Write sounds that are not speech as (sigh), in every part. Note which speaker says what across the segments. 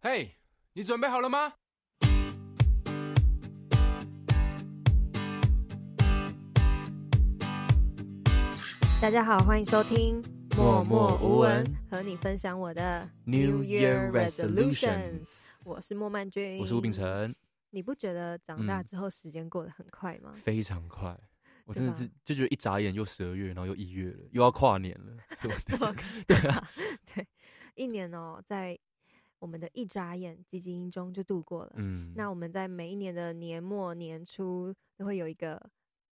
Speaker 1: 嘿、你准备好了吗？
Speaker 2: 大家好，欢迎收听
Speaker 1: 默默无闻，
Speaker 2: 和你分享我的
Speaker 1: New Year Resolutions
Speaker 2: 我是莫曼君，
Speaker 1: 我是吴秉。承，
Speaker 2: 你不觉得长大
Speaker 1: 嗯
Speaker 2: 之后时间过得很快吗？
Speaker 1: 非常快。我
Speaker 2: 对
Speaker 1: 真的
Speaker 2: 吧
Speaker 1: 是就觉得一眨眼又十二月，然后又一月了，又要跨年
Speaker 2: (laughs)
Speaker 1: 了，怎么
Speaker 2: 怎么可
Speaker 1: (laughs)
Speaker 2: 能
Speaker 1: 对啊？
Speaker 2: 对，一年哦，在我们的一眨眼、汲汲营中就度过了。
Speaker 1: 嗯，
Speaker 2: 那我们在每一年的年末、年初都会有一个，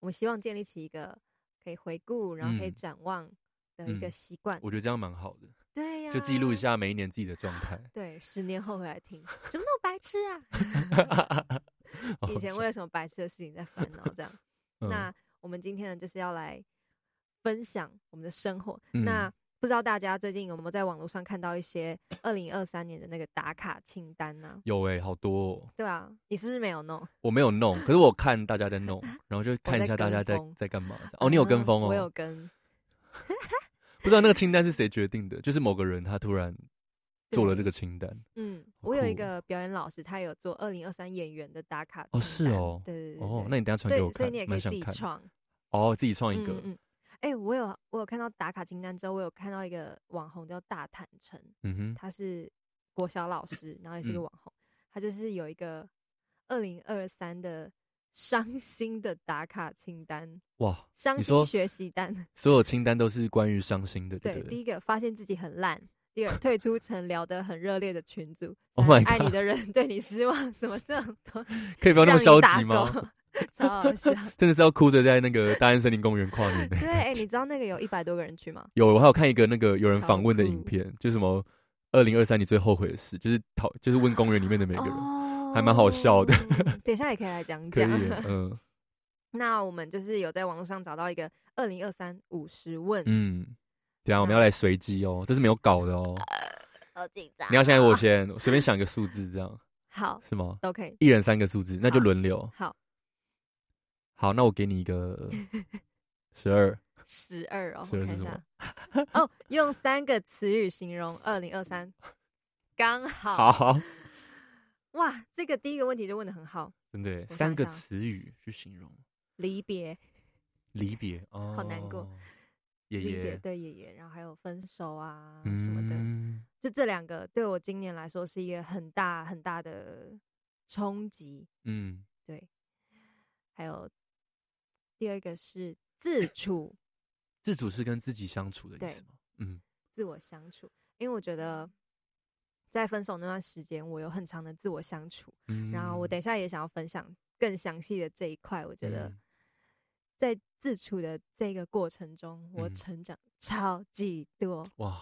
Speaker 2: 我们希望建立起一个可以回顾，然后可以
Speaker 1: 嗯
Speaker 2: 展望的一个
Speaker 1: 嗯
Speaker 2: 习惯。
Speaker 1: 我觉得这样蛮好的，
Speaker 2: 对呀、
Speaker 1: 就记录一。下每一年自己的状态。
Speaker 2: 对，十年后回来听，怎么那么白痴
Speaker 1: (laughs)
Speaker 2: 啊？ (laughs)
Speaker 1: 哦
Speaker 2: 以前为了什么白痴的事情在烦恼，这样。
Speaker 1: 嗯
Speaker 2: 那我们今天呢，就是要来分享我们的生活。
Speaker 1: 嗯
Speaker 2: 那不知道大家最近有没有在网络上看到一
Speaker 1: (coughs)
Speaker 2: 些二零二三年的那个打卡清单呢、
Speaker 1: 有哎、好多、哦，
Speaker 2: 对啊，你是不是没有弄？
Speaker 1: 我没有弄，可是我看大家在
Speaker 2: (laughs)
Speaker 1: 弄，然后就看一下大家
Speaker 2: 我在
Speaker 1: 在
Speaker 2: 跟风
Speaker 1: 在干嘛这样。哦，你有跟风哦？
Speaker 2: 嗯我有跟，
Speaker 1: 不知道那个清单是谁决定的，就是某个人他突然做了这个清单。
Speaker 2: 嗯，
Speaker 1: 好
Speaker 2: 我有一
Speaker 1: 酷哦
Speaker 2: 个表演老师，他有做二零二三演员的打卡
Speaker 1: 哦
Speaker 2: 清单。
Speaker 1: 是哦
Speaker 2: 对对对对
Speaker 1: 哦，那你等一下传
Speaker 2: 所
Speaker 1: 给我
Speaker 2: 以所
Speaker 1: 看
Speaker 2: 以你也，可以
Speaker 1: 蛮
Speaker 2: 自
Speaker 1: 想
Speaker 2: 己
Speaker 1: 看。
Speaker 2: 创
Speaker 1: 哦，自己创一
Speaker 2: 嗯
Speaker 1: 个，
Speaker 2: 嗯嗯。哎、我有我有看到打卡清单之后，我有看到一个网红叫大坦诚，
Speaker 1: 嗯哼，
Speaker 2: 他是国小老师，然后也是个
Speaker 1: 嗯
Speaker 2: 网红，他就是有一个二零二三的伤心的打卡清单，
Speaker 1: 哇，
Speaker 2: 伤
Speaker 1: 你
Speaker 2: 心
Speaker 1: 说
Speaker 2: 学习单。
Speaker 1: 所有清单都是关于伤心的，
Speaker 2: 对，
Speaker 1: 不
Speaker 2: 第一个发现自己很烂，第二退出曾聊得很热烈的群组
Speaker 1: Oh
Speaker 2: 三
Speaker 1: my
Speaker 2: 爱你
Speaker 1: god
Speaker 2: 的人对你失望，什么这种东西，
Speaker 1: 可以不
Speaker 2: 不
Speaker 1: (laughs) 要那么消极吗？？
Speaker 2: 超好笑。
Speaker 1: 真的是要哭着在那个大安森林公园跨年的。
Speaker 2: 对，哎、你知道那个有一百多个人去吗？
Speaker 1: 有，我还有看一个那个有人
Speaker 2: 超
Speaker 1: 访问的
Speaker 2: 酷
Speaker 1: 影片，就什么二零二三你最后悔的事，就是讨就是问公园里面的每个人，
Speaker 2: 哦
Speaker 1: 还蛮好笑的。
Speaker 2: 等一下也可以来讲
Speaker 1: 可以
Speaker 2: 讲。
Speaker 1: 耶，
Speaker 2: (laughs)
Speaker 1: 嗯
Speaker 2: 那我们就是有在网络上找到一个二零二三五十问，
Speaker 1: 嗯，等一下我们要来随机哦，这是没有搞的哦。
Speaker 2: 呃好紧张啊
Speaker 1: 你要现在我先随便想一个数字，这样
Speaker 2: 好
Speaker 1: 是吗？
Speaker 2: 都可以。
Speaker 1: 一人三个数字，那就
Speaker 2: 好
Speaker 1: 轮流。 (laughs)
Speaker 2: 好，
Speaker 1: 好，那我给你一
Speaker 2: (laughs)
Speaker 1: 个十二。
Speaker 2: 十二哦，
Speaker 1: 12是
Speaker 2: 我看一
Speaker 1: 什
Speaker 2: 下。哦，用三个词语形容二零二
Speaker 1: (laughs)
Speaker 2: 三，刚好。
Speaker 1: 好好，
Speaker 2: 哇，这个第一个问题就问的很好，
Speaker 1: 真的耶
Speaker 2: 我
Speaker 1: 三
Speaker 2: 想
Speaker 1: 个
Speaker 2: 一下
Speaker 1: 词语去形容
Speaker 2: 离别，
Speaker 1: 离别哦，
Speaker 2: 好难过。
Speaker 1: 爷
Speaker 2: 离别
Speaker 1: 爷
Speaker 2: 对爷爷，然后还有分手啊什么的，
Speaker 1: 嗯
Speaker 2: 就这两个对我今年来说是一个很大很大的冲击。
Speaker 1: 嗯，
Speaker 2: 还有第二个是自处，
Speaker 1: 自主是跟自己相处的意
Speaker 2: 对
Speaker 1: 思吗？嗯，
Speaker 2: 自我相处，因为我觉得在分手那段时间，我有很长的自我相处，
Speaker 1: 嗯
Speaker 2: 然后我等一下也想要分享更详细的这一块，我觉得。
Speaker 1: 嗯
Speaker 2: 在自处的这个过程中，我
Speaker 1: 嗯
Speaker 2: 成长超级多，
Speaker 1: 哇，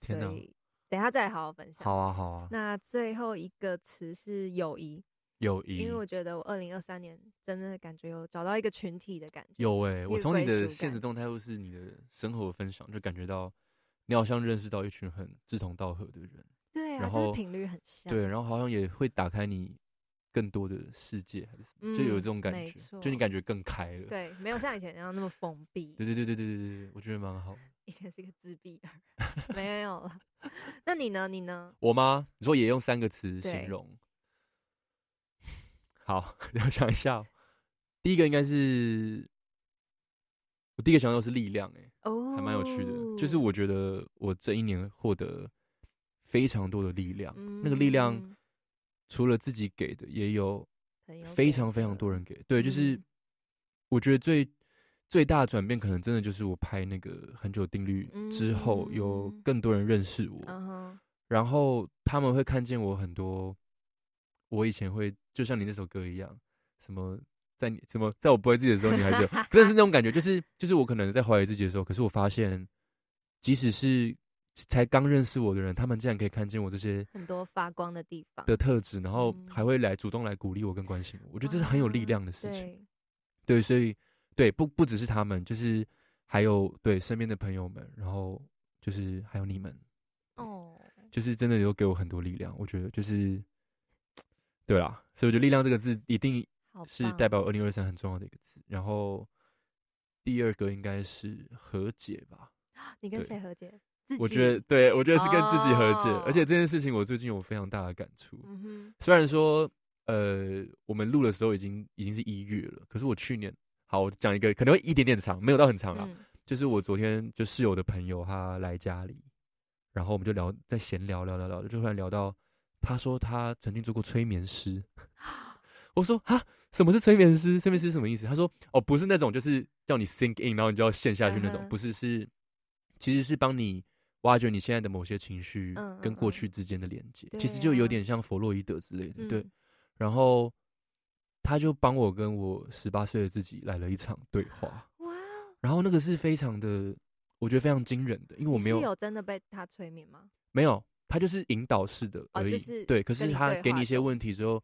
Speaker 2: 所
Speaker 1: 天哪
Speaker 2: 以等一下再好好分享。
Speaker 1: 好啊好啊，
Speaker 2: 那最后一个词是友谊，
Speaker 1: 友谊，
Speaker 2: 因为我觉得我二零二三年真的感觉有找到一个群体的感觉。
Speaker 1: 有哎、
Speaker 2: 个
Speaker 1: 我从你
Speaker 2: 归
Speaker 1: 的
Speaker 2: 属
Speaker 1: 现实
Speaker 2: 感
Speaker 1: 动态或是你的生活分享，就感觉到你好像认识到一群很志同道合的人，
Speaker 2: 对啊，
Speaker 1: 然
Speaker 2: 就是
Speaker 1: 后
Speaker 2: 频率很像。
Speaker 1: 对，然后好像也会打开你更多的世界，还是什么，就有这
Speaker 2: 嗯
Speaker 1: 种感
Speaker 2: 没
Speaker 1: 觉，就你
Speaker 2: 错
Speaker 1: 感觉更开了。
Speaker 2: 对，没有像以前那样那么封闭
Speaker 1: 对，对对对对对对，我觉得蛮好的。
Speaker 2: 以前是一个自闭儿，没有了。 (laughs) 那你呢？你呢？
Speaker 1: 我吗？你说也用三个词
Speaker 2: 对
Speaker 1: 形容？好， (laughs) 我想一下哦、第一个应该是我第一个想到是力量、欸，(laughs)
Speaker 2: 哦，
Speaker 1: 还蛮有趣的。就是我觉得我这一年获得非常多的力量，
Speaker 2: 嗯，
Speaker 1: 那个力量除了自己给的，也有
Speaker 2: 朋友
Speaker 1: 非
Speaker 2: 给
Speaker 1: 常非常
Speaker 2: 的
Speaker 1: 多人给。对，就是
Speaker 2: 嗯
Speaker 1: 我觉得最最大的转变，可能真的就是我拍那个很久定律之后，有
Speaker 2: 嗯
Speaker 1: 更多人认识我，
Speaker 2: 嗯哼，
Speaker 1: 然后他们会看见我很多，我以前会就像你那首歌一样，什么。在你什么，在我不会自己的时候，你还是有真的是那种感觉，就是就是我可能在怀疑自己的时候，可是我发现，即使是才刚认识我的人，他们竟然可以看见我这些
Speaker 2: 很多发光的地方，
Speaker 1: 的特质，然后
Speaker 2: 嗯
Speaker 1: 还会来主动来鼓励我跟关心我，我觉得这是嗯很有力
Speaker 2: 哇
Speaker 1: 量的事情。
Speaker 2: 对，
Speaker 1: 对，所以对不不只是他们，就是还有对身边的朋友们，然后就是还有你们，
Speaker 2: 哦，
Speaker 1: 就是真的有给我很多力量。我觉得就是，对啦，所以我觉得力量这个字一定
Speaker 2: 好
Speaker 1: 是
Speaker 2: 棒哦
Speaker 1: 代表二零二三很重要的一个字。然后第二个应该是和解吧，
Speaker 2: 啊你跟
Speaker 1: 对
Speaker 2: 谁和解？自己，
Speaker 1: 我觉得，对我觉得是跟自己和解，
Speaker 2: 哦
Speaker 1: 而且这件事情我最近有非常大的感触。
Speaker 2: 嗯哼，
Speaker 1: 虽然说，呃，我们录的时候已经已经是一月了，可是我去年，好，我讲一个可能会一点点长，没有到很长啦，
Speaker 2: 嗯
Speaker 1: 就是我昨天就室友的朋友他来家里，然后我们就聊在闲聊聊聊聊，就突然聊到他说他曾经做过催眠师， (laughs) 我说啊什么是催眠师？催眠师是什么意思？他说哦不是那种就是叫你 sink in 然后你就要陷下去那种
Speaker 2: 嗯哼
Speaker 1: 不是是其实是帮你挖掘你现在的某些情绪
Speaker 2: 嗯嗯
Speaker 1: 跟过
Speaker 2: 嗯
Speaker 1: 去之间的连接，
Speaker 2: 对
Speaker 1: 其实就有
Speaker 2: 啊
Speaker 1: 点像弗洛伊德之类的，对
Speaker 2: 嗯。
Speaker 1: 然后他就帮我跟我十八岁的自己来了一场对话。
Speaker 2: 哇哦，
Speaker 1: 然后那个是非常的，我觉得非常惊人的，因为我
Speaker 2: 你
Speaker 1: 没
Speaker 2: 是
Speaker 1: 有
Speaker 2: 有真的被他催眠吗？
Speaker 1: 没有，他就是引导式的而已。
Speaker 2: 哦就是
Speaker 1: 对，可
Speaker 2: 跟
Speaker 1: 是
Speaker 2: 你
Speaker 1: 他
Speaker 2: 对
Speaker 1: 给
Speaker 2: 话
Speaker 1: 你一些
Speaker 2: 中
Speaker 1: 问题之后，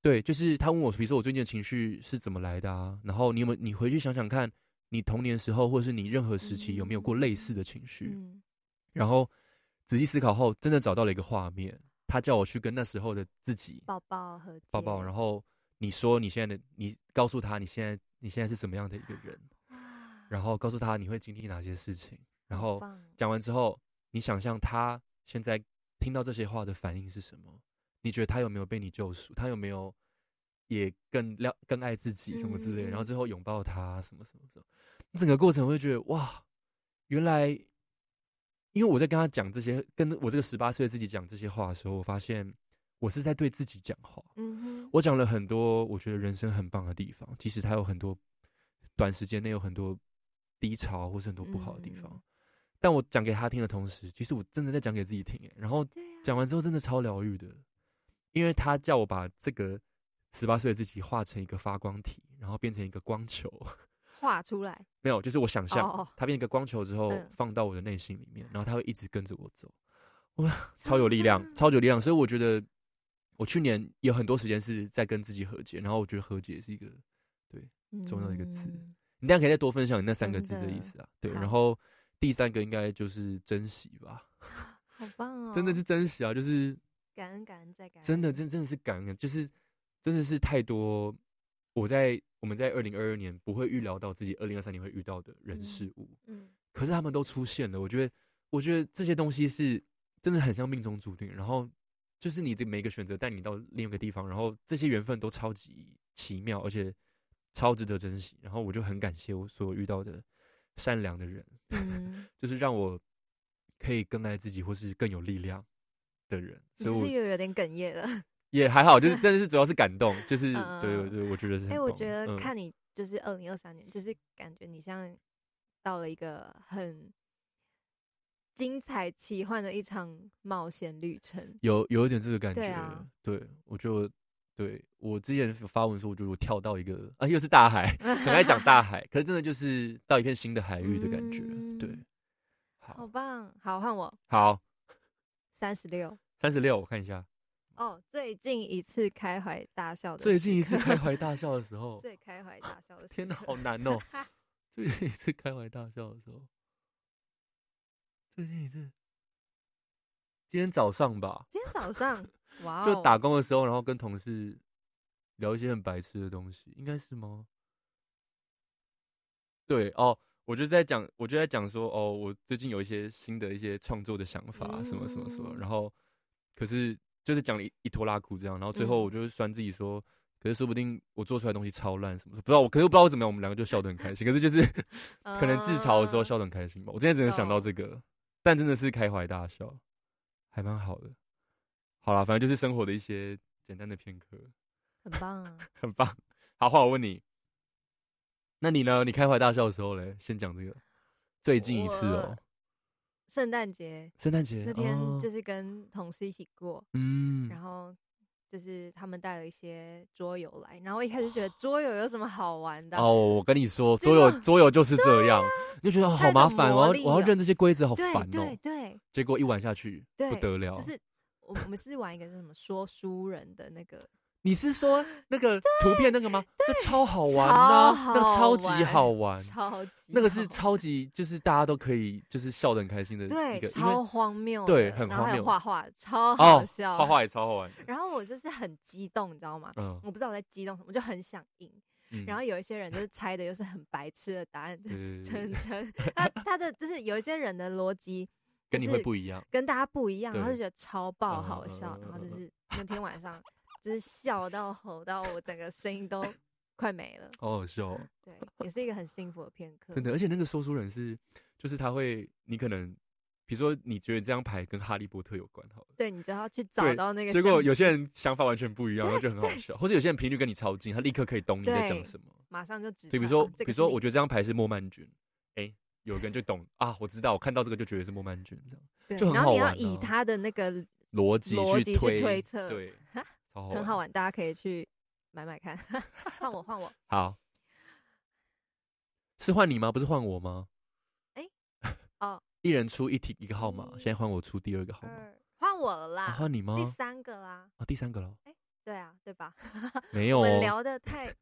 Speaker 1: 对，就是他问我，比如说我最近的情绪是怎么来的啊？然后你有没有，你回去想想看，你童年时候或者是你任何时期有没有过类似的情绪？
Speaker 2: 嗯，
Speaker 1: 然后仔细思考后，真的找到了一个画面，他叫我去跟那时候的自己
Speaker 2: 抱抱和解
Speaker 1: 抱抱，然后你说你现在的，你告诉他你现在你现在是什么样的一个人，
Speaker 2: 哇
Speaker 1: 然后告诉他你会经历哪些事情，然
Speaker 2: 好
Speaker 1: 后。
Speaker 2: 棒啊
Speaker 1: 讲完之后，你想象他现在听到这些话的反应是什么？你觉得他有没有被你救赎？他有没有也更了更爱自己什么之类的？
Speaker 2: 嗯
Speaker 1: 然后
Speaker 2: 嗯
Speaker 1: 之后拥抱他什么什么什么，整个过程我会觉得哇，原来因为我在跟他讲这些，跟我这个十八岁的自己讲这些话的时候，我发现我是在对自己讲话。
Speaker 2: 嗯哼，
Speaker 1: 我讲了很多我觉得人生很棒的地方，即使它有很多短时间内有很多低潮或是很多不好的地方，
Speaker 2: 嗯
Speaker 1: 但我讲给他听的同时，其实我真的在讲给自己听。诶然后
Speaker 2: 对啊呀、
Speaker 1: 讲完之后真的超疗愈的，因为他叫我把这个十八岁的自己画成一个发光体，然后变成一个光球。 (laughs)
Speaker 2: 画出来，
Speaker 1: 没有，就是我想象
Speaker 2: 哦
Speaker 1: 它变成一个光球之后
Speaker 2: 嗯，
Speaker 1: 放到我的内心里面，然后它会一直跟着我走。哇，超有力量，超有力量。所以我觉得，我去年有很多时间是在跟自己和解，然后我觉得和解是一个，重要的一个词
Speaker 2: 嗯
Speaker 1: 你大家可以再多分享你那三个字
Speaker 2: 真的
Speaker 1: 的意思啊。对，
Speaker 2: 好
Speaker 1: 然后第三个应该就是珍惜吧，
Speaker 2: 好棒哦！
Speaker 1: 真的是珍惜啊，就是
Speaker 2: 感恩感恩再感恩，
Speaker 1: 真的真真的是感恩，就是真的是太多。我在我们在二零二二年不会预料到自己二零二三年会遇到的人
Speaker 2: 嗯
Speaker 1: 事物，
Speaker 2: 嗯
Speaker 1: 可是他们都出现了。我觉得，我觉得这些东西是真的很像命中注定。然后就是你这每个选择带你到另一个地方，然后这些缘分都超级奇妙，而且超值得珍惜。然后我就很感谢我所遇到的善良的人，
Speaker 2: 嗯，
Speaker 1: 就是让我可以更爱自己，或是更有力量的人。
Speaker 2: 你
Speaker 1: 所以
Speaker 2: 是不
Speaker 1: 我
Speaker 2: 是又有点哽咽了？
Speaker 1: 也还好，
Speaker 2: (laughs)
Speaker 1: 就是但是主要是感动，就是
Speaker 2: 嗯嗯
Speaker 1: 对
Speaker 2: 嗯
Speaker 1: 对对，我觉得是很
Speaker 2: 哎、
Speaker 1: 棒的。
Speaker 2: 我觉得
Speaker 1: 嗯
Speaker 2: 看你就是二零二三年，就是感觉你像到了一个很精彩奇幻的一场冒险旅程。
Speaker 1: 有有一点这个感觉，
Speaker 2: 对啊
Speaker 1: 对我就对我之前有发文说，我觉得我跳到一个啊，又是大
Speaker 2: (laughs)
Speaker 1: 海，很爱讲大海，可是真的就是到一片新的海域的感觉，对
Speaker 2: 嗯，好
Speaker 1: 好，
Speaker 2: 棒！好，换我
Speaker 1: 好，
Speaker 2: 三十六
Speaker 1: 三十六，我看一下，
Speaker 2: 哦，最近一次开怀大笑的
Speaker 1: 最
Speaker 2: 时
Speaker 1: 近一次
Speaker 2: 刻
Speaker 1: 开怀大笑的时候，
Speaker 2: 最开怀大笑的时
Speaker 1: (laughs) 天哪，
Speaker 2: 刻
Speaker 1: 好难哦，最近一次开怀大笑的时候，最近一次，今天早上吧，
Speaker 2: 今天早
Speaker 1: (laughs)
Speaker 2: 上哇、哦，
Speaker 1: 就打工的时候，然后跟同事聊一些很白痴的东西，应该是吗？对哦，我就在讲，我就在讲说，哦，我最近有一些新的一些创作的想法，啊什么什么什么，
Speaker 2: 嗯
Speaker 1: 然后可是就是讲了一一拖拉苦这样，然后最后
Speaker 2: 嗯
Speaker 1: 我就酸自己说。可是说不定我做出来的东西超烂，什么的不知道我，可是不知道我怎么样，我们两个就笑得很开心。可是就是可能自嘲的时候
Speaker 2: 嗯
Speaker 1: 笑得很开心吧。我今天只能想到
Speaker 2: 懂
Speaker 1: 这个，但真的是开怀大笑，还蛮好的。好啦，反正就是生活的一些简单的片刻， (laughs)
Speaker 2: 很棒啊。
Speaker 1: 很棒。好，换我问你，那你呢？你开怀大笑的时候嘞，先讲这个最近一次哦
Speaker 2: 我，圣诞节
Speaker 1: 圣诞节
Speaker 2: 那天
Speaker 1: 哦
Speaker 2: 就是跟同事一起过，
Speaker 1: 嗯，
Speaker 2: 然后就是他们带了一些桌游来，然后我一开始觉得桌游有什么好玩的？
Speaker 1: 哦，我跟你说，
Speaker 2: 结果啊
Speaker 1: 桌游桌游就是这样，你就觉得哦
Speaker 2: 它
Speaker 1: 好
Speaker 2: 有一种
Speaker 1: 麻烦，我
Speaker 2: 魔
Speaker 1: 要
Speaker 2: 力
Speaker 1: 我要
Speaker 2: 了
Speaker 1: 认这些规则，好
Speaker 2: 对
Speaker 1: 烦
Speaker 2: 对
Speaker 1: 哦。
Speaker 2: 对
Speaker 1: 结果一玩下去
Speaker 2: 对，
Speaker 1: 不得了，
Speaker 2: 就是我我们是玩一个叫什么说书人的那个，
Speaker 1: 你是说那个图片那个吗？那超好玩
Speaker 2: 超
Speaker 1: 呐，
Speaker 2: 好
Speaker 1: 那超级
Speaker 2: 玩
Speaker 1: 好玩，
Speaker 2: 超级
Speaker 1: 那个是
Speaker 2: 好
Speaker 1: 超级就是大家都可以就是笑得很开心的一个，
Speaker 2: 对
Speaker 1: 因为
Speaker 2: 超荒谬的，
Speaker 1: 对很
Speaker 2: 然后还
Speaker 1: 荒
Speaker 2: 有
Speaker 1: 谬
Speaker 2: 画画超
Speaker 1: 哦
Speaker 2: 好笑，
Speaker 1: 画。画也超好玩的，
Speaker 2: 然后我就是很激动，你知道吗？
Speaker 1: 嗯，
Speaker 2: 我不知道我在激动什么，我就很想赢。
Speaker 1: 嗯
Speaker 2: 然后有一些人就是猜的又 (laughs) 是很白痴的答案，
Speaker 1: 对对对对
Speaker 2: 晨晨，他他的就是有一些人的逻辑
Speaker 1: 跟你会
Speaker 2: 是
Speaker 1: 不一样。
Speaker 2: 跟大家不一样，然后
Speaker 1: 对
Speaker 2: 就觉得超爆好笑，
Speaker 1: 嗯嗯嗯
Speaker 2: 然后就
Speaker 1: 嗯嗯
Speaker 2: 是那天晚上就是笑到吼到我整个声音都快没了，
Speaker 1: 好好笑、哦，
Speaker 2: 对，也是一个很幸福的片刻。
Speaker 1: 真的。而且那个说书人是，就是他会，你可能，比如说你觉得这张牌跟哈利波特有关，好了。
Speaker 2: 对你就要去找
Speaker 1: 对
Speaker 2: 到那个
Speaker 1: 结
Speaker 2: 相似，
Speaker 1: 果有些人想法完全不一样，
Speaker 2: 对
Speaker 1: 然后就很好笑，或者有些人频率跟你超近，他立刻可以懂你在讲
Speaker 2: 对
Speaker 1: 什么。
Speaker 2: 马上就指出
Speaker 1: 对，比
Speaker 2: 来，
Speaker 1: 如说，
Speaker 2: 哦这个
Speaker 1: 比如
Speaker 2: 是
Speaker 1: 说，
Speaker 2: 你
Speaker 1: 我觉得这张牌是莫曼君，哎、有个人就懂啊，我知道，我看到这个就觉得是莫曼君，这样
Speaker 2: 对
Speaker 1: 就很
Speaker 2: 然后你
Speaker 1: 好
Speaker 2: 要
Speaker 1: 玩
Speaker 2: 以
Speaker 1: 啊
Speaker 2: 他的那个
Speaker 1: 逻辑
Speaker 2: 逻辑去
Speaker 1: 推
Speaker 2: 推测
Speaker 1: 对，超好玩，
Speaker 2: 很好，玩，大家可以去买买看。换我，换我，
Speaker 1: 好，是换你吗？不是换我吗？
Speaker 2: 哎哦，
Speaker 1: 一人出一题一个号码，
Speaker 2: 一
Speaker 1: 现在换我出第二个号码，
Speaker 2: 二换我了
Speaker 1: 啊
Speaker 2: 啦，
Speaker 1: 换、你吗？
Speaker 2: 第三个啦，
Speaker 1: 啊，第三个了，
Speaker 2: 对啊，对吧？
Speaker 1: 没有
Speaker 2: 我们
Speaker 1: 哦，
Speaker 2: 聊的太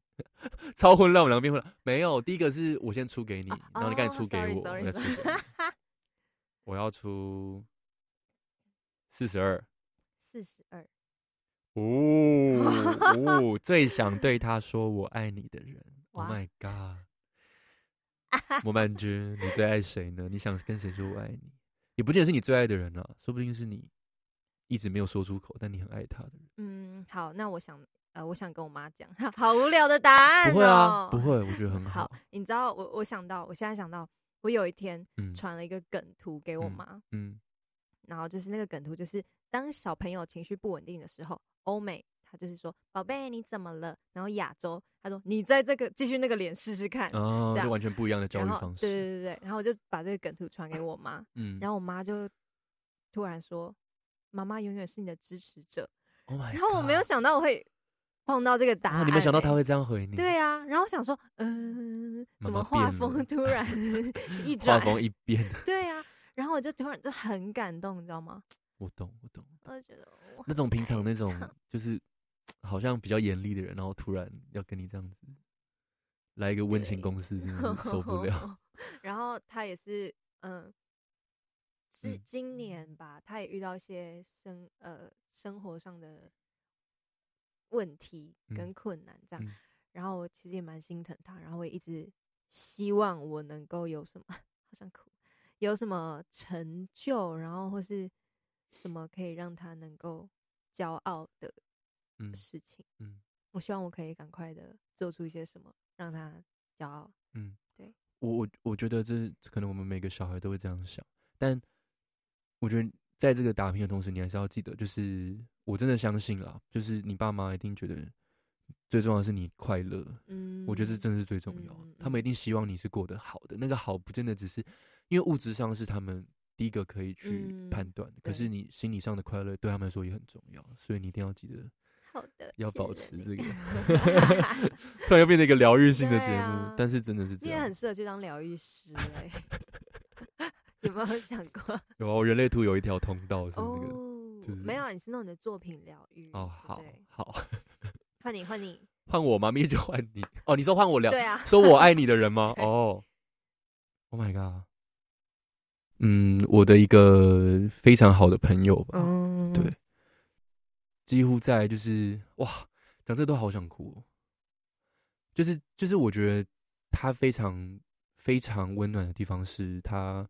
Speaker 1: 超混乱，我们两边混乱，没有。第一个是我先出给你，
Speaker 2: 啊
Speaker 1: 然后你刚才
Speaker 2: 哦
Speaker 1: 出给我，
Speaker 2: sorry，sorry，
Speaker 1: 我再出给你我要出四十二。
Speaker 2: 四十二，
Speaker 1: (laughs) 哦哦，最想对他说我爱你的人，Oh
Speaker 2: 哇
Speaker 1: my god！莫 (laughs) 曼君，你最爱谁呢？你想跟谁说我爱你？也不见得是你最爱的人啊，说不定是你一直没有说出口，但你很爱他的人。
Speaker 2: 嗯，好，那我想，呃，我想跟我妈讲， (laughs) 好无聊的答案、哦，
Speaker 1: 不会啊，不。会，我觉得很好
Speaker 2: 好。，你知道我，我想到，我现在想到，我有一天
Speaker 1: 嗯
Speaker 2: 传了一个梗图给我妈，
Speaker 1: 嗯，
Speaker 2: 然后就是那个梗图，就是当小朋友情绪不稳定的时候，欧美他就是说“宝贝，你怎么了？”然后亚洲他说“你在这个继续那个脸试试看”，
Speaker 1: 哦，
Speaker 2: 这样
Speaker 1: 就完全不一样的教育
Speaker 2: 然后
Speaker 1: 方
Speaker 2: 对
Speaker 1: 式。
Speaker 2: 对对对，然后我就把这个梗图传给我妈，
Speaker 1: 嗯，
Speaker 2: 然后我妈就突然说：“妈妈永远是你的支持者。”
Speaker 1: Oh my
Speaker 2: 然后我没有
Speaker 1: God
Speaker 2: 想到我会碰到这个答案、
Speaker 1: 啊，你没想到他
Speaker 2: 欸
Speaker 1: 会这样回你，
Speaker 2: 对啊，然后想说，嗯、
Speaker 1: 妈
Speaker 2: 怎么
Speaker 1: 妈
Speaker 2: 画
Speaker 1: 变了
Speaker 2: 风突然 (laughs) 一
Speaker 1: 画
Speaker 2: 转？
Speaker 1: 风一变，
Speaker 2: 对啊，然后我就突然就很感动，你知道吗？
Speaker 1: 我懂，我懂。
Speaker 2: 我就觉得我
Speaker 1: 那种平常那种
Speaker 2: 唱
Speaker 1: 就是好像比较严厉的人，然后突然要跟你这样子来一个温情
Speaker 2: 对
Speaker 1: 攻势，真的是受不了。。
Speaker 2: (laughs) 然后他也是，嗯，是
Speaker 1: 嗯
Speaker 2: 今年吧，他也遇到一些生呃生活上的问题跟
Speaker 1: 嗯
Speaker 2: 困难这样。
Speaker 1: 嗯
Speaker 2: 然后我其实也蛮心疼他，然后我也一直希望我能够有什么， (laughs) 好想哭，有什么成就，然后或是什么可以让他能够骄傲的
Speaker 1: 嗯
Speaker 2: 事情。
Speaker 1: 嗯，
Speaker 2: 我希望我可以赶快的做出一些什么，让他骄傲。
Speaker 1: 我我我觉得这可能我们每个小孩都会这样想，但我觉得在这个打拼的同时，你还是要记得，就是我真的相信啦，就是你爸妈一定觉得最重要的是你快乐，
Speaker 2: 嗯，
Speaker 1: 我觉得这真的是最重要。
Speaker 2: 嗯嗯
Speaker 1: 他们一定希望你是过得好的，那个好不见得只是因为物质上是他们第一个可以去
Speaker 2: 嗯
Speaker 1: 判断的，可是
Speaker 2: 对
Speaker 1: 你心理上的快乐对他们来说也很重要，所以你一定要记得
Speaker 2: 好的，
Speaker 1: 要
Speaker 2: 谢
Speaker 1: 保
Speaker 2: 谢
Speaker 1: 持
Speaker 2: 你
Speaker 1: 这
Speaker 2: (laughs)
Speaker 1: 个。 (laughs) 突然又变成一个疗愈性的节
Speaker 2: 对
Speaker 1: 目，
Speaker 2: 啊
Speaker 1: 但是真的是
Speaker 2: 你
Speaker 1: 这
Speaker 2: 也
Speaker 1: 样
Speaker 2: 很。适合去当疗
Speaker 1: (laughs)
Speaker 2: 愈师哎、有没有想过？
Speaker 1: 有啊，我人类图有一条通道是这
Speaker 2: 哦
Speaker 1: 个。，就是
Speaker 2: 没有啊，你是弄你的作品疗愈
Speaker 1: 哦，
Speaker 2: 对
Speaker 1: 好
Speaker 2: 不对
Speaker 1: 好，
Speaker 2: 换你换你，
Speaker 1: 换我吗？咪就换
Speaker 2: (laughs)
Speaker 1: 你。哦，你说换我聊，
Speaker 2: 对啊，？
Speaker 1: 说我爱你的人吗
Speaker 2: (laughs) 对
Speaker 1: 哦，Oh my god。嗯，我的一个非常好的朋友吧。
Speaker 2: 嗯
Speaker 1: 对，几乎在就是哇，讲这都好想哭、哦。就是就是，我觉得他非常非常温暖的地方是，他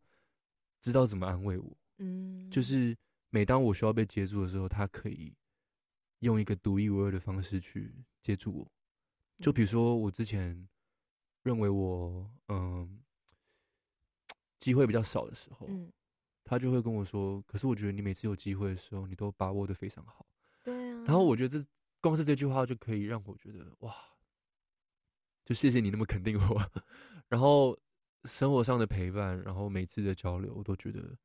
Speaker 1: 知道怎么安慰我。
Speaker 2: 嗯，
Speaker 1: 就是每当我需要被接住的时候，他可以用一个独一无二的方式去接住我。就
Speaker 2: 嗯
Speaker 1: 比如说，我之前认为我嗯机会比较少的时候，
Speaker 2: 嗯，
Speaker 1: 他就会跟我说：“可是我觉得你每次有机会的时候，你都把握的非常好。”
Speaker 2: 对啊。
Speaker 1: 然后我觉得这光是这句话就可以让我觉得哇，就谢谢你那么肯定我。 (laughs) 然后生活上的陪伴，然后每次的交流，我都觉得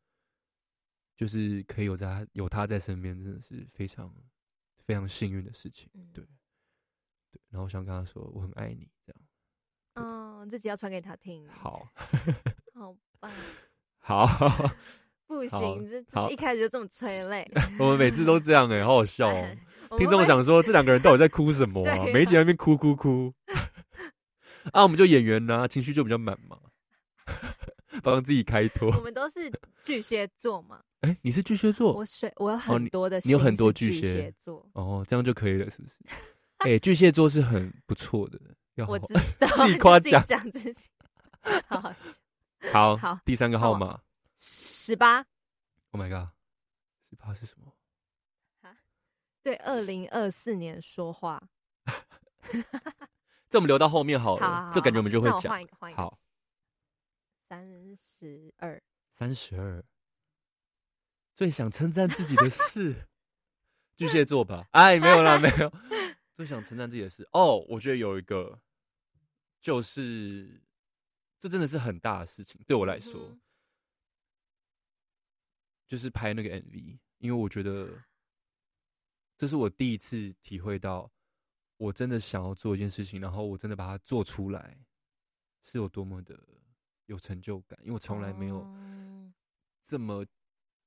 Speaker 1: 就是可以有在他有他在身边，真的是非常非常幸运的事情。
Speaker 2: 嗯
Speaker 1: 对对，然后我想跟他说我很爱你，这样
Speaker 2: 嗯，自己要传给他听，，
Speaker 1: 好 (laughs)
Speaker 2: 好棒，
Speaker 1: 好， (laughs)
Speaker 2: 不
Speaker 1: 好
Speaker 2: 行，这
Speaker 1: 好
Speaker 2: 这一开始就这么催泪，
Speaker 1: 我们每次都这样哎、好好笑
Speaker 2: (laughs)
Speaker 1: 哦、
Speaker 2: 我
Speaker 1: 听
Speaker 2: 们
Speaker 1: 众
Speaker 2: 会
Speaker 1: 想说这两个人到底在哭什么
Speaker 2: (laughs) 对
Speaker 1: 啊
Speaker 2: 啊？
Speaker 1: 每一集在那边哭哭哭啊！我们就演员呐、情绪就比较满嘛，帮自己开脱。
Speaker 2: 我们都是巨蟹座嘛，
Speaker 1: 哎、你是巨蟹座
Speaker 2: 我水我有很
Speaker 1: 哦你
Speaker 2: 多的星
Speaker 1: 你
Speaker 2: 是巨
Speaker 1: 有很多巨蟹
Speaker 2: 蟹座，
Speaker 1: 哦，这样就可以了，是不
Speaker 2: (laughs)
Speaker 1: 是？哎、巨蟹座是很不错的，要好
Speaker 2: 我
Speaker 1: (laughs)
Speaker 2: 知道，
Speaker 1: 哦自己夸
Speaker 2: 自
Speaker 1: 奖
Speaker 2: 讲自己，好，
Speaker 1: 好
Speaker 2: 好
Speaker 1: 第三个号码
Speaker 2: 十八
Speaker 1: Oh my god，十八是什么？
Speaker 2: 对二零二四年说话。
Speaker 1: 这我们留到后面好了，
Speaker 2: 好好好
Speaker 1: 哦这感觉我们就会
Speaker 2: 那
Speaker 1: 讲
Speaker 2: 换。一个，换一个，
Speaker 1: 好，
Speaker 2: 三十二，
Speaker 1: 三十二，最想称赞自己的
Speaker 2: (laughs)
Speaker 1: 事，巨蟹座吧？哎，没有啦，没有。最想称赞自己的事哦，我觉得有一个，就是这真的是很大的事情，对我来说，
Speaker 2: 嗯哼
Speaker 1: 就是拍那个 MV，因为我觉得这是我第一次体会到，我真的想要做一件事情，然后我真的把它做出来，是有多么的有成就感，因为我从来没有。
Speaker 2: 哦 (laughs)
Speaker 1: 这么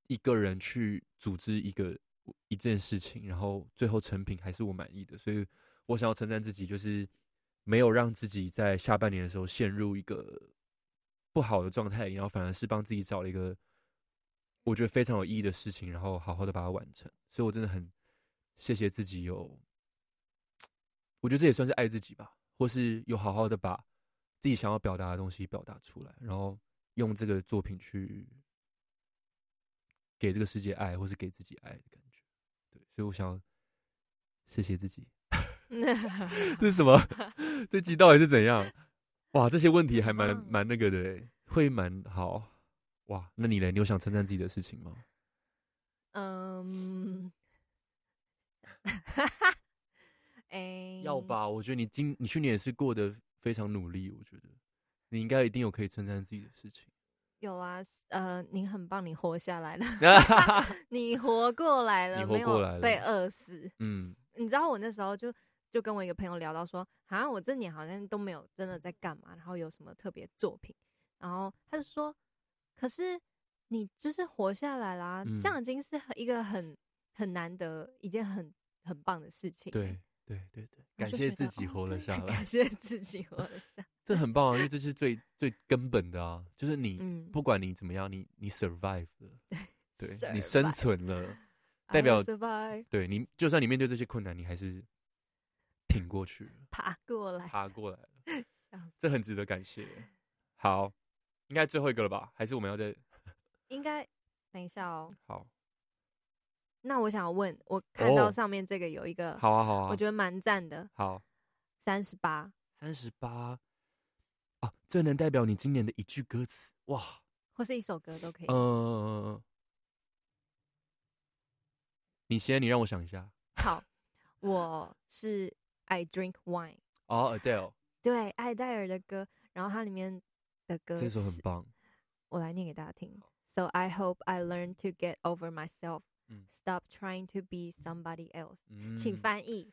Speaker 1: 一个人去组织一个一件事情，然后最后成品还是我满意的，所以我想要称赞自己，就是没有让自己在下半年的时候陷入一个不好的状态里，然后反而是帮自己找了一个我觉得非常有意义的事情，然后好好的把它完成。所以我真的很谢谢自己有，我觉得这也算是爱自己吧，或是有好好的把自己想要表达的东西表达出来，然后用这个作品去给这个世界爱，或是给自己爱的感觉。对，所以我想要谢谢自己。这是什 (laughs) 么？这集到底是怎样？哇，这些问题还蛮
Speaker 2: 很棒
Speaker 1: 蛮那个的欸，会蛮好。哇，那你嘞？你有想称赞自己的事情吗？
Speaker 2: 嗯，哎，
Speaker 1: 要？吧，我觉得你今你去年也是过得非常努力，我觉得你应该一定有可以称赞自己的事情。 (laughs)
Speaker 2: 有啊，呃，你很棒，你活下来了， (laughs) 你活过来了，
Speaker 1: 你活
Speaker 2: 没有
Speaker 1: 过来了
Speaker 2: 被饿死。
Speaker 1: 嗯，
Speaker 2: 你知道我那时候就就跟我一个朋友聊到说，啊，我这年好像都没有真的在干嘛，然后有什么特别作品，然后他就说，可是你就是活下来啦，
Speaker 1: 嗯
Speaker 2: 这样已经是很一个很很难得一件很很棒的事情。
Speaker 1: 对对对对，
Speaker 2: 我
Speaker 1: 感
Speaker 2: 就
Speaker 1: 谢
Speaker 2: 觉得
Speaker 1: 自己
Speaker 2: 哦
Speaker 1: 活了
Speaker 2: 对 (laughs)
Speaker 1: 下来
Speaker 2: 感，谢自己活了下来。
Speaker 1: 这很棒
Speaker 2: (laughs)
Speaker 1: 啊，因为这是最最根本的啊，就是你、
Speaker 2: 嗯，
Speaker 1: 不管你怎么样，你你 survive 了，对你
Speaker 2: survive
Speaker 1: 生存了，
Speaker 2: I
Speaker 1: 代表
Speaker 2: survive (laughs)
Speaker 1: 对你就算你面对这些困难，你还是挺过去了，
Speaker 2: 爬过来，
Speaker 1: 爬过来了，
Speaker 2: 哎 (laughs) 笑死
Speaker 1: 这很值得感谢。好，应该最后一个了吧？还是我们要再
Speaker 2: 应该等一下哦。
Speaker 1: 好？
Speaker 2: 那我想问，我看到
Speaker 1: 哦
Speaker 2: 上面这个有一个，
Speaker 1: 好啊，好啊，
Speaker 2: 呃我觉得蛮赞的，
Speaker 1: 好。
Speaker 2: 三十八，
Speaker 1: 三十八啊，最能代表你今年的一句歌词哇，
Speaker 2: 或是一首歌都可以。
Speaker 1: 嗯，你先，你让我想一
Speaker 2: (laughs)
Speaker 1: 下。
Speaker 2: 好，我是 I drink wine，
Speaker 1: 哦，Adele
Speaker 2: 对，艾戴尔的歌，然后它里面的歌
Speaker 1: 这首很
Speaker 2: 词
Speaker 1: 棒，
Speaker 2: 我来念给大家听。So I hope I learn to get over myself.
Speaker 1: 嗯
Speaker 2: Stop trying to be somebody else.
Speaker 1: 嗯
Speaker 2: 请翻译。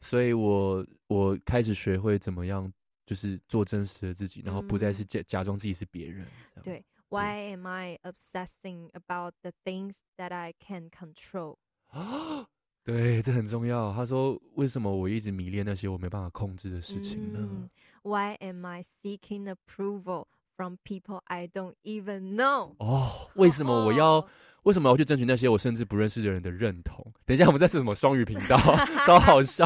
Speaker 1: 所以我我开始学会怎么样，就是做真实的自己，然后不再是假假装自己是别人。这样，
Speaker 2: 嗯对，Why am I obsessing about the things that I can control？
Speaker 1: 啊对，这很重要。他说，为什么我一直迷恋那些我没办法控制的事情呢？
Speaker 2: 嗯 Why am I seeking approval from people I don't even know？
Speaker 1: 哦，为什么我要？
Speaker 2: 哦
Speaker 1: 为什么我要去争取那些我甚至不认识的人的认同？等一下，我们再是什么双语频道， (laughs) 超好
Speaker 2: (laughs)
Speaker 1: 笑，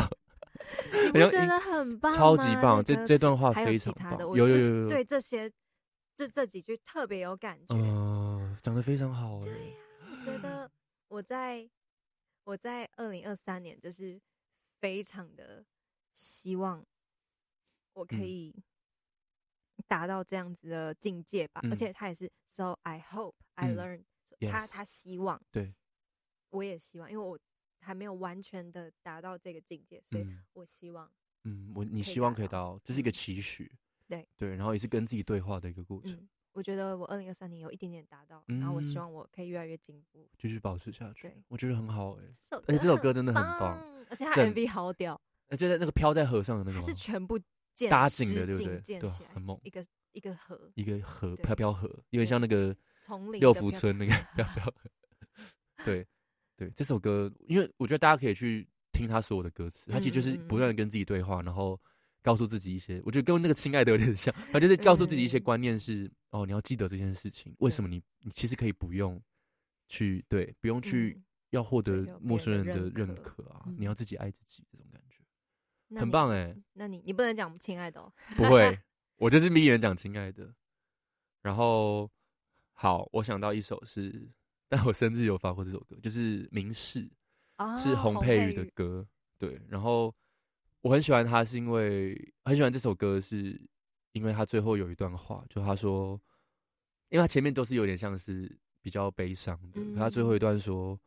Speaker 2: 你
Speaker 1: 好像
Speaker 2: 不觉
Speaker 1: 一
Speaker 2: 得很棒吗，啊
Speaker 1: 超级棒！
Speaker 2: 那
Speaker 1: 这
Speaker 2: 歌
Speaker 1: 这
Speaker 2: 词
Speaker 1: 段话
Speaker 2: 还有
Speaker 1: 哦非
Speaker 2: 其
Speaker 1: 常
Speaker 2: 他
Speaker 1: 棒，
Speaker 2: 的，
Speaker 1: 有
Speaker 2: 我
Speaker 1: 有
Speaker 2: 就
Speaker 1: 有
Speaker 2: 是
Speaker 1: 有，
Speaker 2: 对这些这这几句特别有感觉。
Speaker 1: 嗯，讲的非常好哎，
Speaker 2: 我觉得我在我在二零二三年就是非常的希望我可
Speaker 1: 嗯
Speaker 2: 以达到这样子的境界吧，
Speaker 1: 嗯
Speaker 2: 而且他也是 so I hope I
Speaker 1: 嗯
Speaker 2: learn，、他
Speaker 1: Yes
Speaker 2: 他希望
Speaker 1: 对，
Speaker 2: 我也希望，因为我还没有完全的达到这个境界，所以
Speaker 1: 嗯
Speaker 2: 我希望
Speaker 1: 嗯，我你
Speaker 2: 可以
Speaker 1: 希望
Speaker 2: 达
Speaker 1: 可以达
Speaker 2: 到
Speaker 1: 到，这是一个
Speaker 2: 嗯
Speaker 1: 期许，
Speaker 2: 对
Speaker 1: 对，然后也是跟自己对话的一个过程，
Speaker 2: 嗯，我觉得我二零二三年有一点点达到，然后我希
Speaker 1: 嗯
Speaker 2: 望我可以越来越进步。
Speaker 1: 继续保持下去
Speaker 2: 对，
Speaker 1: 我觉得很好哎，
Speaker 2: 这首歌
Speaker 1: 而且这首歌真的
Speaker 2: 很
Speaker 1: 很棒，
Speaker 2: 棒，而且它
Speaker 1: 整
Speaker 2: MV 好屌，
Speaker 1: 而且那个飘在河上的那
Speaker 2: 它
Speaker 1: 个
Speaker 2: 是
Speaker 1: 吗
Speaker 2: 全部建
Speaker 1: 搭景的，
Speaker 2: 实
Speaker 1: 对不
Speaker 2: 景
Speaker 1: 对？
Speaker 2: 建
Speaker 1: 对啊
Speaker 2: 起，来
Speaker 1: 很猛，
Speaker 2: 一个一个河
Speaker 1: 一个河
Speaker 2: 对
Speaker 1: 飘飘河，有点
Speaker 2: 对
Speaker 1: 像那个。
Speaker 2: 丛林
Speaker 1: 六
Speaker 2: 的
Speaker 1: 福
Speaker 2: 漂
Speaker 1: 村
Speaker 2: (laughs)
Speaker 1: 那个不要不要。对对，这首歌，因为我觉得大家可以去听他所有的歌词，他其实就是
Speaker 2: 嗯嗯嗯
Speaker 1: 不断的跟自己对话，然后告诉自己一些，我觉得跟那个亲爱的有点像，他就是告诉自己一些
Speaker 2: 嗯
Speaker 1: 观念是，哦，你要记得这件事情，为
Speaker 2: 对
Speaker 1: 什么你你其实可以不用去对，不用去
Speaker 2: 嗯
Speaker 1: 要获
Speaker 2: 追
Speaker 1: 得
Speaker 2: 求别
Speaker 1: 陌生人
Speaker 2: 人的
Speaker 1: 的
Speaker 2: 认
Speaker 1: 认
Speaker 2: 可嗯
Speaker 1: 可啊，你要自己爱自己这种感觉，
Speaker 2: 那
Speaker 1: 很
Speaker 2: 你。
Speaker 1: 棒哎、
Speaker 2: 那你你不能讲亲爱的哦，
Speaker 1: 不会，我就是迷人讲亲爱的。然后，好，我想到一首是但我生日有发过这首歌，就是《明示》，
Speaker 2: 啊，
Speaker 1: 是洪佩瑜的歌。对，然后我很喜欢他，是因为很喜欢这首歌，是因为他最后有一段话，就他说，因为他前面都是有点像是比较悲伤的，可他最后一段说：“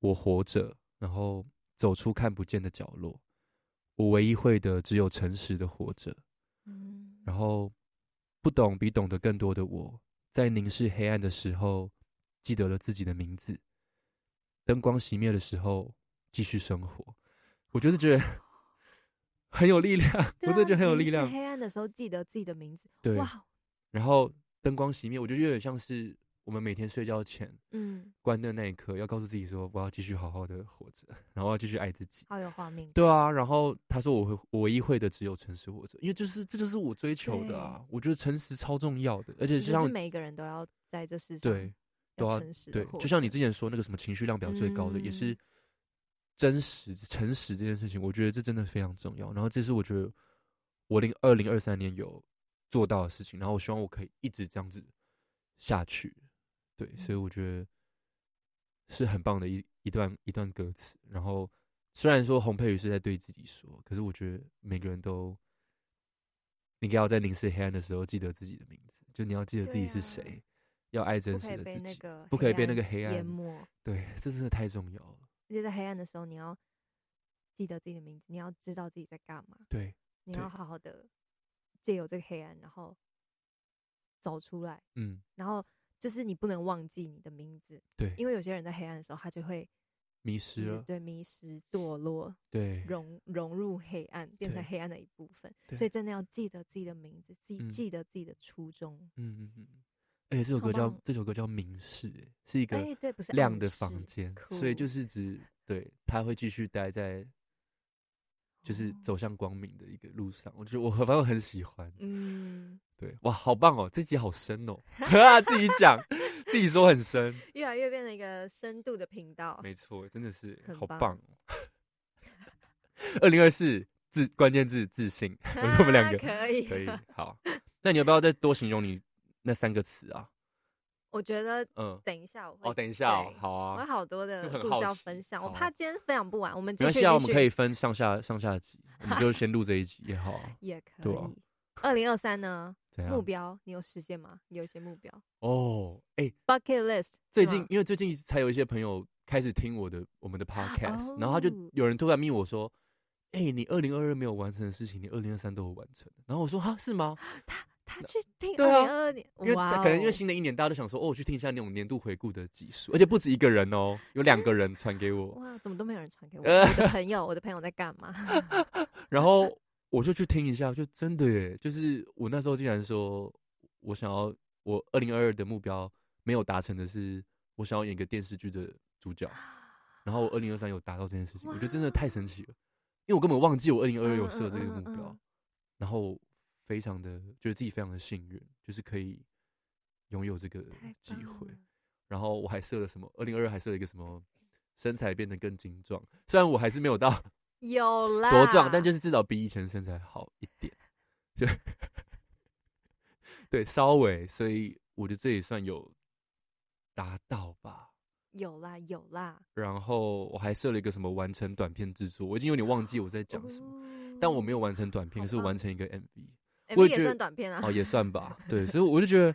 Speaker 1: 我活着，然后走出看不见的角落，我唯一会的只有诚实的活着。”
Speaker 2: 嗯，
Speaker 1: 然后不懂比懂得更多的我，在凝视黑暗的时候，记得了自己的名字；灯光熄灭的时候，继续生活。我就是觉得
Speaker 2: (laughs)
Speaker 1: 很有力量，我
Speaker 2: 对
Speaker 1: 真的
Speaker 2: 啊
Speaker 1: 觉得很有
Speaker 2: 凝
Speaker 1: 力
Speaker 2: 视
Speaker 1: 量。
Speaker 2: 黑暗的时候记得自己的名字，
Speaker 1: 对，
Speaker 2: 哇，哦
Speaker 1: 然后灯光熄灭，我就有点像是我们每天睡觉前
Speaker 2: 嗯，
Speaker 1: 关灯那一刻，要告诉自己说，我要继续好好的活着，然后要继续爱自己。
Speaker 2: 好有画面感。
Speaker 1: 对啊，然后他说我会我唯一会的只有诚实活着，因为就是这就是我追求的啊，我觉得诚实超重要的，而且
Speaker 2: 就
Speaker 1: 就像
Speaker 2: 是每一个人都要在这世上
Speaker 1: 对都
Speaker 2: 要
Speaker 1: 要
Speaker 2: 诚实地
Speaker 1: 对，
Speaker 2: 活
Speaker 1: 就像
Speaker 2: 着
Speaker 1: 你之前说那个什么情绪量表最高的，也
Speaker 2: 嗯
Speaker 1: 是真实诚实这件事情，我觉得这真的非常重要。然后这是我觉得我零二零二三年有做到的事情，然后我希望我可以一直这样子下去。对，所以
Speaker 2: 嗯
Speaker 1: 我觉得是很棒的一一段一段歌词。然后虽然说洪佩瑜是在对自己说，可是我觉得每个人都。应该要在凝视黑暗的时候记得自己的名字，就你要记得自己是
Speaker 2: 对啊
Speaker 1: 谁，要爱真
Speaker 2: 不可
Speaker 1: 实
Speaker 2: 以
Speaker 1: 的
Speaker 2: 被
Speaker 1: 自
Speaker 2: 那
Speaker 1: 己。
Speaker 2: 个
Speaker 1: 不可以被那个黑
Speaker 2: 淹
Speaker 1: 暗
Speaker 2: 没，而
Speaker 1: 对，这真的太重要了。
Speaker 2: 且在黑暗的时候，你要记得自己的名字，你要知道自己在干嘛，
Speaker 1: 对，
Speaker 2: 你
Speaker 1: 对
Speaker 2: 要好好的借由这个黑暗，然后走出来，
Speaker 1: 嗯，
Speaker 2: 然后就是你不能忘记你的名字，
Speaker 1: 对，
Speaker 2: 因为有些人在黑暗的时候，他就会
Speaker 1: 迷
Speaker 2: 就
Speaker 1: 失
Speaker 2: 是
Speaker 1: 了，
Speaker 2: 对迷失、堕落、
Speaker 1: 对，
Speaker 2: 融融入黑暗，变成
Speaker 1: 对
Speaker 2: 黑暗的一部分。
Speaker 1: 对
Speaker 2: 所以真的要记得自己的名字，记
Speaker 1: 嗯
Speaker 2: 记得自己的初衷。
Speaker 1: 嗯嗯嗯。而且这首
Speaker 2: 好
Speaker 1: 歌叫
Speaker 2: 棒
Speaker 1: 这首歌叫《明示》，欸是一个
Speaker 2: 哎，对，不是
Speaker 1: 亮
Speaker 2: 暗
Speaker 1: 的
Speaker 2: 示
Speaker 1: 房间，所以就
Speaker 2: 酷
Speaker 1: 是指对他会继续待在就是
Speaker 2: 哦
Speaker 1: 走向光明的一个路上。我觉得我反正我很喜欢，
Speaker 2: 嗯，
Speaker 1: 对，哇，好棒哦，这集好深哦，哈，自己讲，自己说很深，
Speaker 2: 越来越变成一个深度的频道。
Speaker 1: 没错，真的是
Speaker 2: (laughs) 很
Speaker 1: 好
Speaker 2: 棒
Speaker 1: 棒、哦。 (laughs) 二零二四自关键字自信， (laughs) 我说我们两
Speaker 2: 啊
Speaker 1: 个
Speaker 2: (laughs) 可以，
Speaker 1: 可以，好。那你要不要再多形容你那三个词啊？
Speaker 2: 我觉得
Speaker 1: 嗯，
Speaker 2: 等一下我会
Speaker 1: 哦，等一下、哦
Speaker 2: 对，
Speaker 1: 好
Speaker 2: 我有
Speaker 1: 啊，
Speaker 2: 好多的
Speaker 1: 很
Speaker 2: 故
Speaker 1: 好
Speaker 2: 事要
Speaker 1: 奇
Speaker 2: 分享，我
Speaker 1: 好
Speaker 2: 怕今天分享不完，我们
Speaker 1: 没
Speaker 2: 继
Speaker 1: 关
Speaker 2: 续
Speaker 1: 系啊，我们可
Speaker 2: 以。
Speaker 1: 以分上下上下集，我们就先录这一集也好啊
Speaker 2: 也可
Speaker 1: 对啊啊
Speaker 2: 以。二零二三呢，
Speaker 1: 怎样？
Speaker 2: 目标你有实现吗？你有一些目标
Speaker 1: 哦，哎、
Speaker 2: ，bucket list 是
Speaker 1: 最近
Speaker 2: 吗
Speaker 1: 因为最近才有一些朋友开始听我的我们的 podcast，、
Speaker 2: 哦
Speaker 1: 然后他就有人突然密我说。哎、你二零二二没有完成的事情，你二零二三都有完成。然后我说哈是吗？
Speaker 2: 他去听
Speaker 1: 对
Speaker 2: 二
Speaker 1: 啊
Speaker 2: 零二二年，
Speaker 1: 因为
Speaker 2: 哇
Speaker 1: 可能因为
Speaker 2: 哦
Speaker 1: 新的一年大家都想说，哦，我去听一下那种年度回顾的集数，而且不止一个人哦，有两个人传给我。
Speaker 2: 哇，怎么都没有人
Speaker 1: (laughs)
Speaker 2: 传给我？
Speaker 1: 呃
Speaker 2: 我的朋友，我的朋友在
Speaker 1: (laughs)
Speaker 2: 干嘛？
Speaker 1: 然后我就去听一下，就真的耶，就是我那时候竟然说，我想要我二零二二的目标没有达成的是，我想要演一个电视剧的主角，然后我二零二三有达到这件事情，我觉得真的太神奇了，因为我根本忘记我二零二二有设这个目
Speaker 2: 嗯嗯嗯
Speaker 1: 标
Speaker 2: 嗯，
Speaker 1: 然后非常的觉得自己非常的幸运，就是可以拥有这个
Speaker 2: 太
Speaker 1: 机
Speaker 2: 棒
Speaker 1: 会
Speaker 2: 了。
Speaker 1: 然后我还设了什么？二零二二还设了一个什么？身材变得更精壮，虽然我还是没有到
Speaker 2: 有啦，
Speaker 1: 多壮，但就是至少比以前身材好一点，就 (laughs) 对，稍微，所以我觉得这也算有达到吧。
Speaker 2: 有啦有啦。
Speaker 1: 然后我还设了一个什么完成短片制作，我已经有点忘记我在讲什么，
Speaker 2: 么
Speaker 1: 但我没有完成短片，
Speaker 2: 哦好
Speaker 1: 可是我
Speaker 2: 棒
Speaker 1: 完成一个 MV，我
Speaker 2: MV
Speaker 1: 也
Speaker 2: 也
Speaker 1: 觉得
Speaker 2: 算短片啊，
Speaker 1: 哦，也算吧，对，所以我就觉得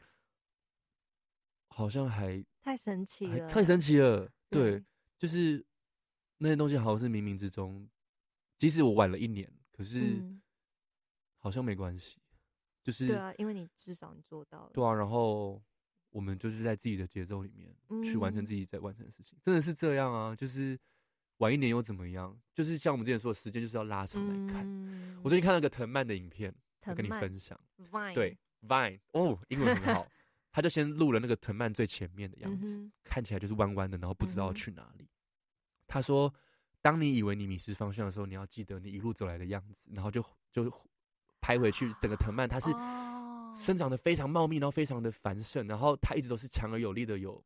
Speaker 1: 好像还
Speaker 2: 太神奇
Speaker 1: 还
Speaker 2: 了，
Speaker 1: 哎太神奇了，对，就是那些东西好像是冥冥之中，即使我晚了一年，可是。
Speaker 2: 嗯，
Speaker 1: 好像没关系，就是
Speaker 2: 对啊，因为你至少你做到了，
Speaker 1: 对啊然后我们就是在自己的节奏里面去完成
Speaker 2: 嗯
Speaker 1: 自己在完成的事情，真的是这样啊，就是晚一年又怎么样？就是像我们之前说的，时间就是要拉长来看。
Speaker 2: 嗯
Speaker 1: 我最近看到一个藤蔓的影片，要
Speaker 2: 藤
Speaker 1: 跟你
Speaker 2: 蔓
Speaker 1: 分享，
Speaker 2: Vine，
Speaker 1: 对，Vine 哦，英文很
Speaker 2: (laughs)
Speaker 1: 好，他就先录了那个藤蔓最前面的样
Speaker 2: 嗯
Speaker 1: 子，
Speaker 2: 哼，
Speaker 1: 看起来就是弯弯的，然后不知道
Speaker 2: 嗯哼
Speaker 1: 去哪里。他说，当你以为你迷失方向的时候，你要记得你一路走来的样子，然后就就拍回去整个藤蔓，它是
Speaker 2: 哦
Speaker 1: 生长的非常茂密，然后非常的繁盛，然后它一直都是强而有力的有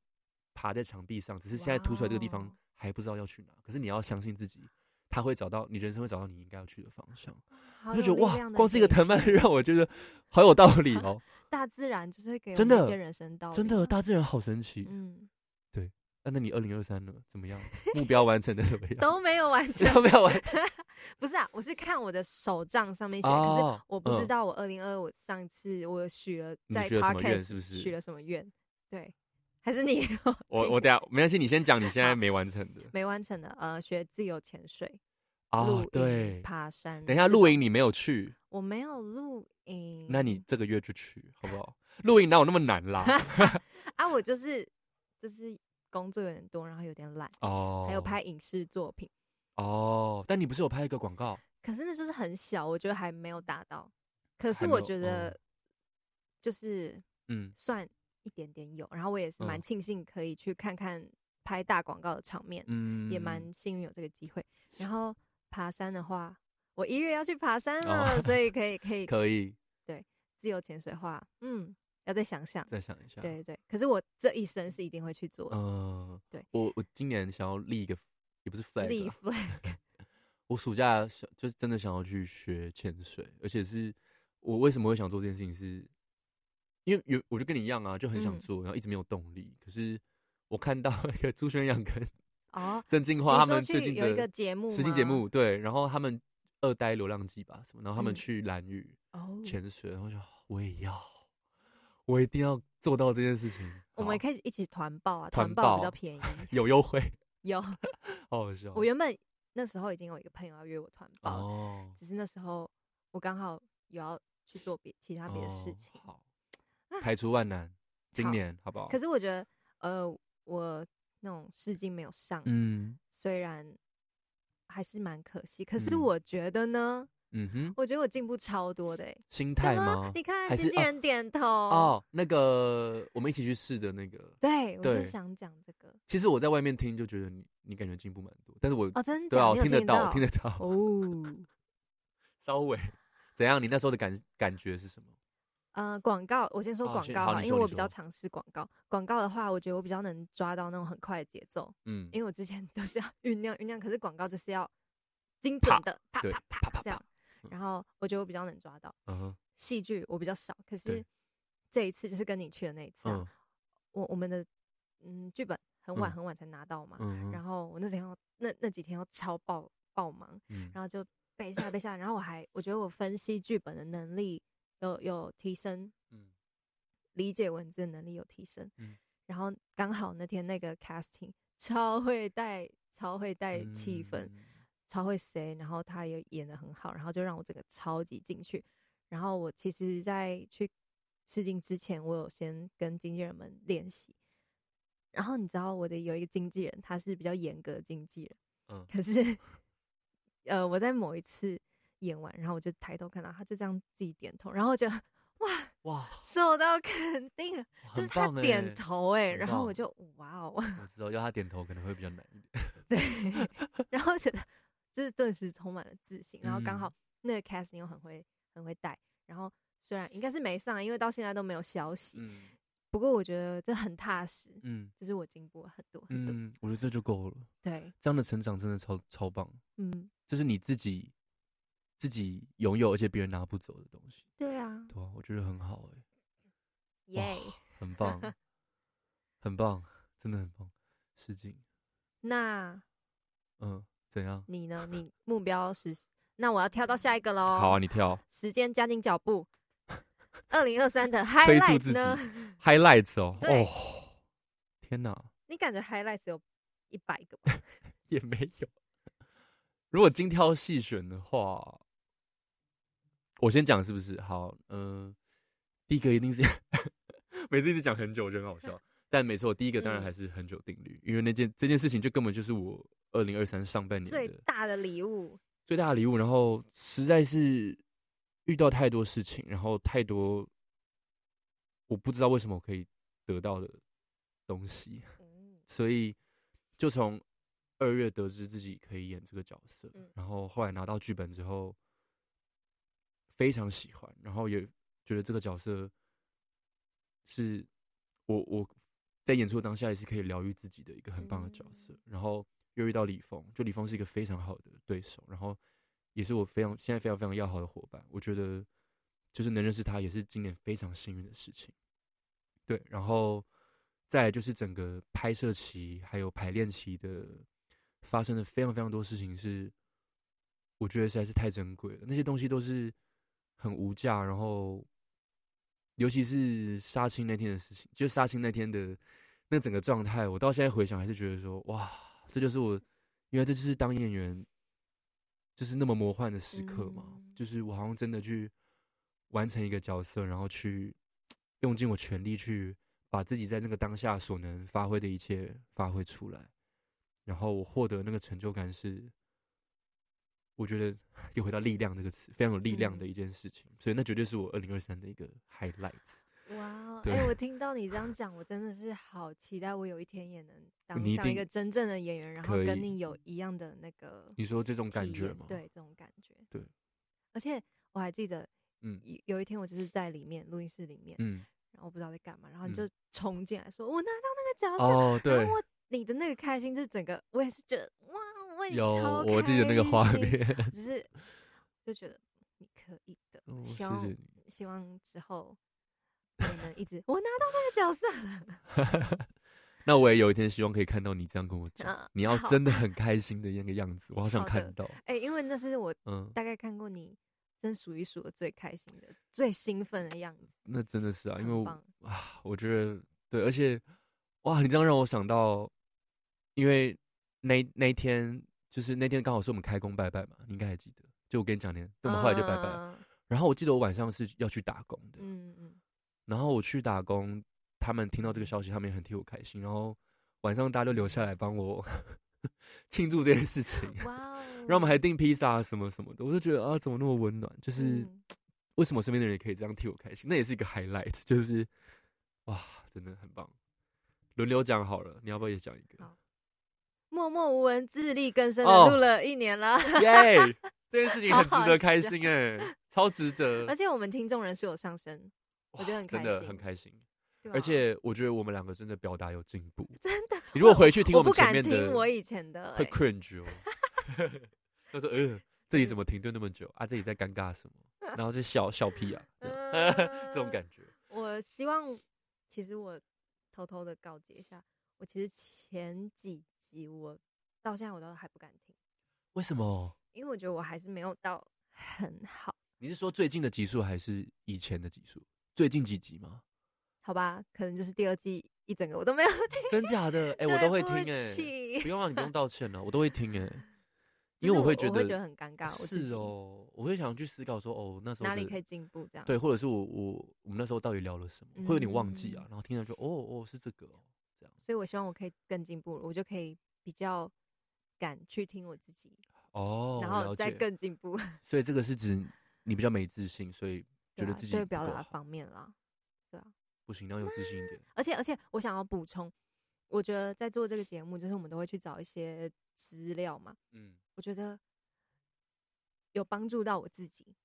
Speaker 1: 爬在墙壁上，只是现在凸出来这个地
Speaker 2: 哇
Speaker 1: 方
Speaker 2: 哦
Speaker 1: 还不知道要去哪，可是你要相信自己，它会找到你人生会找到你应该要去的方向。
Speaker 2: 好
Speaker 1: 我就
Speaker 2: 有
Speaker 1: 觉得
Speaker 2: 力
Speaker 1: 哇
Speaker 2: 量，的
Speaker 1: 光是一个
Speaker 2: 影
Speaker 1: 藤蔓
Speaker 2: 片
Speaker 1: 让我觉得好有道理
Speaker 2: (laughs)
Speaker 1: 哦，
Speaker 2: 大自然就是会给我
Speaker 1: 真
Speaker 2: 们一
Speaker 1: 的
Speaker 2: 些人生道理啊，
Speaker 1: 真的大自然好神奇。
Speaker 2: 嗯，
Speaker 1: 对，那那你二零二三呢？怎么
Speaker 2: (laughs)
Speaker 1: 样？目标完成的怎么样？
Speaker 2: 都没有完成，
Speaker 1: 都没有完
Speaker 2: 不是啊，我是看我的手账上面写，
Speaker 1: (laughs)
Speaker 2: 可
Speaker 1: 哦
Speaker 2: 是我不知
Speaker 1: 嗯
Speaker 2: 道我二零二我上次我许了
Speaker 1: 你
Speaker 2: 在
Speaker 1: 许了什么愿
Speaker 2: podcast
Speaker 1: 是不是
Speaker 2: 许了什么愿？对，还是你 (laughs)
Speaker 1: 我我等下没关系，你先讲你现在没完成的
Speaker 2: 没完成的？呃，学自由潜水、露
Speaker 1: 哦
Speaker 2: 营、
Speaker 1: 对，
Speaker 2: 爬山。
Speaker 1: 等一下
Speaker 2: 这种
Speaker 1: 露营，你没有去，
Speaker 2: 我没有露营。
Speaker 1: 那你这个月就去好不好？露营哪有那么难啦？
Speaker 2: 啊，我就是就是工作有点多，然后有点懒，
Speaker 1: 哦，
Speaker 2: 还有拍影视作品。
Speaker 1: 哦，但你不是有拍一个广告？
Speaker 2: 可是那就是很小，我觉得还没有达到。可是
Speaker 1: 还没
Speaker 2: 我
Speaker 1: 有
Speaker 2: 觉
Speaker 1: 嗯
Speaker 2: 得就是
Speaker 1: 嗯，
Speaker 2: 算一点点有，然后我也是蛮
Speaker 1: 嗯
Speaker 2: 庆幸可以去看看拍大广告的场面，
Speaker 1: 嗯，
Speaker 2: 也蛮幸运有这个机会。然后爬山的话，我一月要去爬山
Speaker 1: 哦
Speaker 2: 了，所
Speaker 1: (laughs)
Speaker 2: 以可以可以
Speaker 1: 可以
Speaker 2: 自由潜水的话，嗯，要再想想。
Speaker 1: 再想一下。
Speaker 2: 对，对对，可是我这一生是一定会去做的。
Speaker 1: 嗯，
Speaker 2: 对，
Speaker 1: 我我今年想要立一个，也不是 flag，
Speaker 2: 立
Speaker 1: 啦
Speaker 2: flag，
Speaker 1: 我暑假想就是真的想要去学潜水，而且是我为什么会想做这件事情是，因为有我就跟你一样啊，就很想
Speaker 2: 嗯
Speaker 1: 做，然后一直没有动力。可是我看到那个朱轩阳跟
Speaker 2: (laughs)
Speaker 1: (laughs)
Speaker 2: 哦，
Speaker 1: 郑敬
Speaker 2: 你
Speaker 1: 华他
Speaker 2: 说
Speaker 1: 们最
Speaker 2: 去
Speaker 1: 近
Speaker 2: 有一个
Speaker 1: 的
Speaker 2: 节目，
Speaker 1: 实境节，目，对，然后他们二呆流浪记吧什么，然后他们
Speaker 2: 嗯
Speaker 1: 去蓝屿
Speaker 2: 哦，
Speaker 1: 潜水，然后我就我也要，我一定要做到这件事情。
Speaker 2: 我们
Speaker 1: 好
Speaker 2: 开始一起团报啊，
Speaker 1: 团
Speaker 2: 团报比
Speaker 1: 报
Speaker 2: 较便宜。
Speaker 1: 有优惠， (laughs)
Speaker 2: 有，
Speaker 1: 好好笑。
Speaker 2: 我原本那时候已经有一个朋友要约我团报了，
Speaker 1: 哦，
Speaker 2: 只是那时候我刚好有要去做别其他别的事情。
Speaker 1: 哦好，
Speaker 2: 啊
Speaker 1: 排除万难，今
Speaker 2: 好
Speaker 1: 年好不好？
Speaker 2: 可是我觉得，呃，我那种试镜没有上，
Speaker 1: 嗯
Speaker 2: 虽然还是蛮可惜。可是
Speaker 1: 嗯
Speaker 2: 我觉得呢，
Speaker 1: 嗯哼，
Speaker 2: 我觉得我进步超多的、欸。
Speaker 1: 心
Speaker 2: 怎
Speaker 1: 态
Speaker 2: 么
Speaker 1: 吗？？
Speaker 2: 你看
Speaker 1: 还
Speaker 2: 经
Speaker 1: 是
Speaker 2: 纪
Speaker 1: 哦
Speaker 2: 人点头。
Speaker 1: 哦，那个我们一起去试的那个，
Speaker 2: 对，我就
Speaker 1: 对
Speaker 2: 想讲这个。
Speaker 1: 其实我在外面听就觉得你你感觉进步蛮多，但是我
Speaker 2: 哦，真的
Speaker 1: 对
Speaker 2: 假
Speaker 1: 啊，
Speaker 2: 的？
Speaker 1: 我
Speaker 2: 你有
Speaker 1: 听得到，我听
Speaker 2: 得
Speaker 1: 得到， (laughs)
Speaker 2: 哦。
Speaker 1: 稍微怎样？你那时候的感感觉是什么？
Speaker 2: 呃，广告，我先说
Speaker 1: 哦
Speaker 2: 广
Speaker 1: 先
Speaker 2: 告
Speaker 1: 好
Speaker 2: 哈，
Speaker 1: 你
Speaker 2: 因
Speaker 1: 说
Speaker 2: 为
Speaker 1: 你
Speaker 2: 我比较
Speaker 1: 说
Speaker 2: 尝试广告。广告的话，我觉得我比较能抓到那种很快的节奏，
Speaker 1: 嗯，
Speaker 2: 因为我之前 (laughs) 都是要酝酿酝酿，可是广告就是要精
Speaker 1: 啪
Speaker 2: 准的啪
Speaker 1: 对
Speaker 2: 啪
Speaker 1: 啪
Speaker 2: 啪
Speaker 1: 啪
Speaker 2: 这样。
Speaker 1: 嗯
Speaker 2: 然后我觉得我比较能抓到
Speaker 1: 嗯哼
Speaker 2: 戏剧，我比较少。可是
Speaker 1: 对
Speaker 2: 这一次就是跟你去的那一次啊，
Speaker 1: 嗯
Speaker 2: 我我们的嗯剧本很晚
Speaker 1: 嗯
Speaker 2: 很晚才拿到嘛，
Speaker 1: 嗯
Speaker 2: 然
Speaker 1: 哼
Speaker 2: 后我那天要那那几天要超爆爆忙，
Speaker 1: 嗯，
Speaker 2: 然后就背下背下，然后我还我觉得我分析剧本的能力有有提升，
Speaker 1: 嗯
Speaker 2: 理解文字的能力有提升，
Speaker 1: 嗯
Speaker 2: 然后刚好那天那个 casting (laughs) 超会带超会带气氛，
Speaker 1: 嗯
Speaker 2: 超会 say，然后他也演的很好，然后就让我整个超级进去。然后我其实，在去试镜之前，我有先跟经纪人们练习。然后你知道我的有一个经纪人，他是比较严格的经纪人，
Speaker 1: 嗯
Speaker 2: 可是 (laughs) 呃，我在某一次演完，然后我就抬头看到他就这样自己点头，然后我就 (laughs)
Speaker 1: 哇，
Speaker 2: 受到肯定了，就
Speaker 1: 很
Speaker 2: 是他
Speaker 1: 棒欸
Speaker 2: 点，头哎、
Speaker 1: 很
Speaker 2: 然后我
Speaker 1: 棒
Speaker 2: 就哇哦， (laughs)
Speaker 1: 我知道要他点头可能会比较难一点，
Speaker 2: 对，然后觉得就是顿时充满了自信，然后刚
Speaker 1: 嗯
Speaker 2: 好那个 casting 又很会很会带，然后虽然应该是没上，啊因为到现在都没有消息，
Speaker 1: 嗯
Speaker 2: 不过我觉得这很踏实， (laughs)
Speaker 1: 嗯
Speaker 2: 就是我进步了很多很多，
Speaker 1: 嗯，我觉得这就够了，
Speaker 2: 对，
Speaker 1: 这样的成长真的超超棒。
Speaker 2: 嗯，
Speaker 1: 就是你自己自己拥有，而且别人拿不走的东西。
Speaker 2: 对啊，
Speaker 1: 对啊，我觉得很好哎、
Speaker 2: 耶、
Speaker 1: 哇很
Speaker 2: (laughs)
Speaker 1: 棒，很棒，真的很棒。失敬，
Speaker 2: 那
Speaker 1: 嗯，怎样？
Speaker 2: 你呢？你目标实，那我要跳到下一个喽，
Speaker 1: (laughs) 好啊，你
Speaker 2: (laughs)
Speaker 1: 跳
Speaker 2: 时间加紧脚
Speaker 1: (laughs)
Speaker 2: 步，二零二三的
Speaker 1: 催促
Speaker 2: highlight
Speaker 1: 自己
Speaker 2: 呢？
Speaker 1: highlights 哦，
Speaker 2: 对
Speaker 1: 哦，天哪，
Speaker 2: 你感觉 highlight 有一百个吧？
Speaker 1: (laughs) 也没有。如果精挑细选的话，我先讲是不是？好，嗯、第一个一定是每次一直讲很久，我觉得很好笑。但没错，第一个当然
Speaker 2: 嗯
Speaker 1: 还是很久定律，因为那件这件事情就根本就是我二零二三上半年
Speaker 2: 最
Speaker 1: 的
Speaker 2: 大的礼物，
Speaker 1: 最大的礼物。然后实在是遇到太多事情，然后太多我不知道为什么我可以得到的东西，
Speaker 2: 嗯
Speaker 1: 所以就从二月得知自己可以演这个角色，
Speaker 2: 嗯
Speaker 1: 然后后来拿到剧本之后，非常喜欢，然后也觉得这个角色是我我在演出当下也是可以疗愈自己的一个很棒的角色。然后又遇到李峰，就李峰是一个非常好的对手，然后也是我非常现在非常非常要好的伙伴。我觉得就是能认识他，也是今年非常幸运的事情。对，然后再来就是整个拍摄期还有排练期的发生的非常非常多事情是，我觉得实在是太珍贵了。那些东西都是很无价，然后尤其是杀青那天的事情，就杀青那天的那整个状态，我到现在回想还是觉得说，哇，这就是我，原来这就是当演员就是那么魔幻的时刻嘛，
Speaker 2: 嗯
Speaker 1: 就是我好像真的去完成一个角色，然后去用尽我全力去把自己在那个当下所能发挥的一切发挥出来，然后我获得那个成就感是，我觉得又回到力量这个词，非常有力量的
Speaker 2: 嗯
Speaker 1: 一件事情，所以那绝对是我二零二三的一个 highlight。
Speaker 2: 哇哦，
Speaker 1: 对 (laughs)
Speaker 2: 哎、我听到你这样讲，我真的是好期待，我有一天也能当
Speaker 1: 你一
Speaker 2: 上一
Speaker 1: 定
Speaker 2: 个真正的演员，然后
Speaker 1: 可
Speaker 2: 跟
Speaker 1: 以
Speaker 2: 你有一样的那个
Speaker 1: 你说这种感
Speaker 2: 体
Speaker 1: 觉
Speaker 2: 验
Speaker 1: 吗？，
Speaker 2: 对，这种感觉，
Speaker 1: 对。
Speaker 2: 而且我还记得，
Speaker 1: 嗯
Speaker 2: 有有一天我就是在里面录音室里面，
Speaker 1: 嗯，
Speaker 2: 然后我不知道在干嘛，然后
Speaker 1: 嗯
Speaker 2: 你就冲进来说：“我拿到那个角色。
Speaker 1: 哦，对
Speaker 2: 然，后我你的那个开心，就是整个我也是觉得哇，我也
Speaker 1: 有
Speaker 2: 超
Speaker 1: 我记得那个
Speaker 2: 开
Speaker 1: 画
Speaker 2: 心，
Speaker 1: 面。 (laughs)
Speaker 2: 只是就觉得你可以的，
Speaker 1: 哦
Speaker 2: 希
Speaker 1: 谢
Speaker 2: 望
Speaker 1: 谢
Speaker 2: 希望之后我也能一直我拿到那个角色。
Speaker 1: (laughs) 那我也有一天希望可以看到你这样跟我讲，
Speaker 2: 嗯
Speaker 1: 你要
Speaker 2: 好
Speaker 1: 真的很开心的那个样子，我好想
Speaker 2: 好的
Speaker 1: 看到。
Speaker 2: 哎、因为那是我
Speaker 1: 嗯，
Speaker 2: 大概看过你真数一数的最开心的、最兴奋的样子，
Speaker 1: 那真的是啊，因为
Speaker 2: 很
Speaker 1: 我
Speaker 2: 棒。
Speaker 1: 啊，我觉得对，而且哇，你这样让我想到，因为那那一天就是那天刚好是我们开工拜拜嘛，你应该还记得。就我跟你讲，年，我们后来就拜拜。
Speaker 2: 嗯
Speaker 1: 然后我记得我晚上是要去打工的，
Speaker 2: 嗯嗯，
Speaker 1: 然后我去打工，他们听到这个消息，他们也很替我开心。然后晚上大家就留下来帮我 (laughs) 庆祝这件事情，
Speaker 2: 嗯哇哦！
Speaker 1: 然后我们还订披萨啊什么什么的，我就觉得啊，怎么那么温暖？就是
Speaker 2: 嗯
Speaker 1: 为什么身边的人也可以这样替我开心？那也是一个 highlight，就是 (laughs) 哇，真的很棒。轮流讲好了，你要不要也讲一个
Speaker 2: 好？默默无闻、自力更生的
Speaker 1: 哦
Speaker 2: 录了一年啦。
Speaker 1: 耶！这件事
Speaker 2: (laughs)
Speaker 1: 情很值
Speaker 2: 好好
Speaker 1: 得开
Speaker 2: 笑
Speaker 1: 心哎、超值得
Speaker 2: (laughs) 而，且我们听众人数有上升，我觉得很开
Speaker 1: 真
Speaker 2: 心，
Speaker 1: 的很开心。
Speaker 2: 对吧啊
Speaker 1: 而且我觉得我们两个真的表达有进步。
Speaker 2: 真的，
Speaker 1: 你如果回去听
Speaker 2: 我
Speaker 1: 们
Speaker 2: 不
Speaker 1: 前
Speaker 2: 敢
Speaker 1: 面的，
Speaker 2: 听我以前的、
Speaker 1: 会
Speaker 2: 哎
Speaker 1: cringe 哦。 (laughs) 他说：“呃，这里怎么停顿那么久啊？这里在尴尬什么？然后就笑笑屁啊，这
Speaker 2: 嗯
Speaker 1: 样 (laughs) 这种感觉。
Speaker 2: 我希望，其实我偷偷的告诫一下，我其实前几集我到现在我都还不敢听，
Speaker 1: 为什么？
Speaker 2: 因为我觉得我还是没有到很好，
Speaker 1: 你是说最近的集数还是以前的集数？最近几集吗？
Speaker 2: 好吧？可能就是第二季一整个我都没有听，
Speaker 1: 真假
Speaker 2: (laughs)
Speaker 1: 的？哎、我
Speaker 2: 对
Speaker 1: 都会
Speaker 2: 不
Speaker 1: 听哎、
Speaker 2: 起
Speaker 1: 不用啊，你不用道歉了、我都会听
Speaker 2: (laughs)
Speaker 1: 哎、
Speaker 2: 只
Speaker 1: 因为
Speaker 2: 是
Speaker 1: 我
Speaker 2: 我
Speaker 1: 会觉
Speaker 2: 我会
Speaker 1: 得
Speaker 2: 觉得很尴尬，我自己
Speaker 1: 是哦，我会想去思考说，哦，那时候
Speaker 2: 哪里
Speaker 1: 的
Speaker 2: 可以进步这样？
Speaker 1: 对，或者是我我我们那时候到底聊了什么，会有点忘记啊
Speaker 2: 嗯。
Speaker 1: 然后听到就哦哦是这个哦，这样
Speaker 2: 所以我希望我可以更进步，我就可以比较敢去听我自己，
Speaker 1: 哦，
Speaker 2: 然
Speaker 1: 了
Speaker 2: 后再
Speaker 1: 解
Speaker 2: 更进步，
Speaker 1: 所以这个是指你比较没自信，所以觉
Speaker 2: 对
Speaker 1: 得
Speaker 2: (laughs) 啊，
Speaker 1: 自己
Speaker 2: 对
Speaker 1: 不
Speaker 2: 表
Speaker 1: 够
Speaker 2: 达
Speaker 1: 好
Speaker 2: 方面啦。
Speaker 1: 不行，要有自信一点。
Speaker 2: 而且而且，我想要补充，我觉得在做这个节目，就是我们都会去找一些资料嘛，
Speaker 1: 嗯
Speaker 2: 我觉得有帮助到我自己。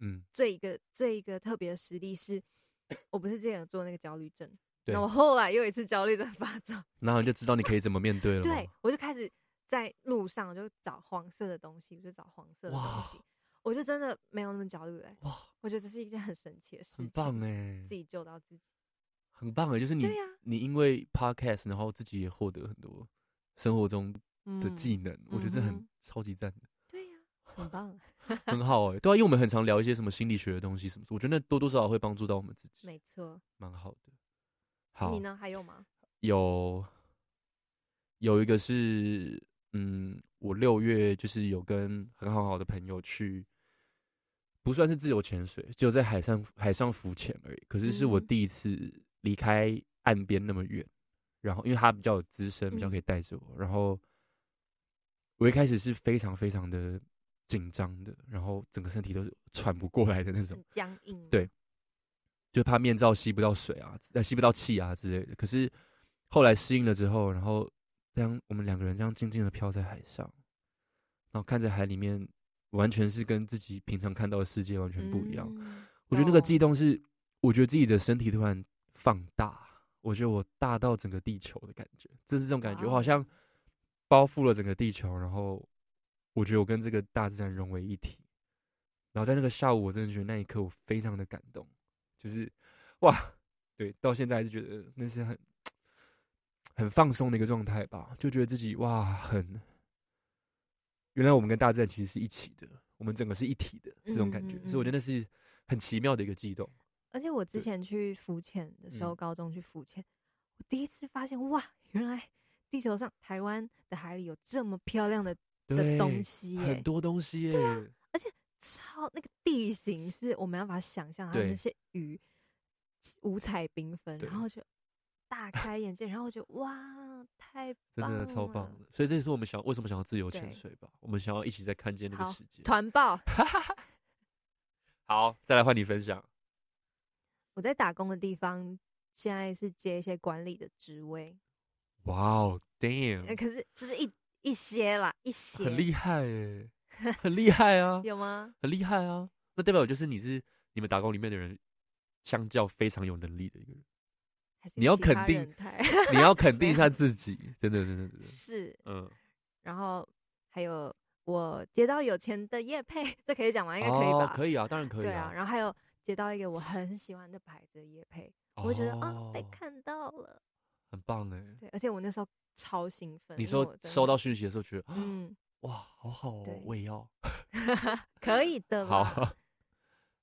Speaker 1: 嗯，
Speaker 2: 最一个最一个特别的实例是，我不是之前有做那个焦虑症，
Speaker 1: 对
Speaker 2: 那我后来又有一次焦虑症发作，
Speaker 1: 然后你就知道你可以怎么面对了。
Speaker 2: 对，我就开始在路上我就找黄色的东西，我就找黄色的东
Speaker 1: 哇
Speaker 2: 西，我就真的没有那么焦虑了欸、
Speaker 1: 哇，
Speaker 2: 我觉得这是一件很神奇的事情，
Speaker 1: 很棒哎
Speaker 2: 自，己救到自己。
Speaker 1: 很棒哎，就是你
Speaker 2: 对啊呀、
Speaker 1: 你因为 podcast，然后自己也获得很多生活中
Speaker 2: 嗯，
Speaker 1: 的技能，我觉得这
Speaker 2: 嗯
Speaker 1: 很
Speaker 2: 哼
Speaker 1: 超级赞的，
Speaker 2: 对
Speaker 1: (laughs)
Speaker 2: 呀、很棒，
Speaker 1: 很好哎。对啊，因为我们很常聊一些什么心理学的东西什么，我觉得那多多少少会帮助到我们自己，
Speaker 2: 没错。
Speaker 1: 蛮好的。好，
Speaker 2: 你呢？还有吗？
Speaker 1: 有有一个是，嗯，我六月就是有跟很好好的朋友去，不算是自由潜水，只有在海上海上浮潜而已。可是是我
Speaker 2: 嗯哼
Speaker 1: 第一次离开岸边那么远，然后因为他比较有资深，比较
Speaker 2: 嗯
Speaker 1: 可以带着我，然后我一开始是非常非常的紧张的，然后整个身体都是喘不过来的那种。
Speaker 2: 很僵硬吗。
Speaker 1: 对就怕面罩吸不到水啊，呃，吸不到气啊之类的。可是后来适应了之后，然后这样我们两个人这样静静的飘在海上，然后看着海里面，完全是跟自己平常看到的世界完全不一样。
Speaker 2: 嗯
Speaker 1: 我觉得那个
Speaker 2: 懂
Speaker 1: 悸动是，我觉得自己的身体突然放大，我觉得我大到整个地球的感觉，这是这种感觉，我
Speaker 2: 哇哦
Speaker 1: 好像包覆了整个地球，然后我觉得我跟这个大自然融为一体。然后在那个下午，我真的觉得那一刻我非常的感动，就是哇，对，到现在还是觉得那是很很放松的一个状态吧，就觉得自己哇，很原来我们跟大自然其实是一起的，我们整个是一体的这种感觉，
Speaker 2: 嗯嗯嗯
Speaker 1: 所以我觉得那是很奇妙的一个悸动。
Speaker 2: 而且我之
Speaker 1: 对
Speaker 2: 前去浮潜的时候，
Speaker 1: 嗯
Speaker 2: 高中去浮潜，我第一次发现哇，原来地球上台湾的海里有这么漂亮的的
Speaker 1: 对，
Speaker 2: 东西耶、啊
Speaker 1: 很多东西耶、
Speaker 2: 超那个地形是我没办法想象，它
Speaker 1: 对
Speaker 2: 那些鱼五彩缤纷，
Speaker 1: 对
Speaker 2: 然后就大开眼界，然后我觉得哇，太
Speaker 1: 真
Speaker 2: 棒
Speaker 1: 的超棒
Speaker 2: 了
Speaker 1: 的。所以这也是我们想为什么想要自由潜
Speaker 2: 对
Speaker 1: 水吧，我们想要一起再看见那个
Speaker 2: 好
Speaker 1: 世界。
Speaker 2: 团报！
Speaker 1: 好，再来换你分享。
Speaker 2: 我在打工的地方现在是接一些管理的职位，
Speaker 1: 哇哦
Speaker 2: 呃
Speaker 1: ，damn，
Speaker 2: 可是就是一一些啦，一些，
Speaker 1: 很厉害耶，很厉害啊
Speaker 2: 有吗？
Speaker 1: 很厉害啊。那代表就是你是你们打工里面的人，相较非常有能力的一个人。
Speaker 2: 还是
Speaker 1: 你要
Speaker 2: 其他
Speaker 1: 肯定
Speaker 2: 人才
Speaker 1: 你要肯定一下自己，真的，真的，真的，
Speaker 2: (laughs) 是，
Speaker 1: 嗯，
Speaker 2: 然后还有我接到有钱的叶配，这可以讲吗？应该可以
Speaker 1: 哦
Speaker 2: 吧？
Speaker 1: 可以啊，当然可以
Speaker 2: 对啊，然后还有接到一个我很喜欢的牌子的叶配，我会觉得啊、被
Speaker 1: 哦
Speaker 2: 看到了。
Speaker 1: 很棒哎。
Speaker 2: 对，而且我那时候超兴奋。
Speaker 1: 你
Speaker 2: 因为我
Speaker 1: 说
Speaker 2: 真的
Speaker 1: 收到，讯息的时候，觉得
Speaker 2: 嗯，
Speaker 1: 哇，好好哦
Speaker 2: 对，
Speaker 1: 我也要。 (laughs)
Speaker 2: 可以的啦。
Speaker 1: 好，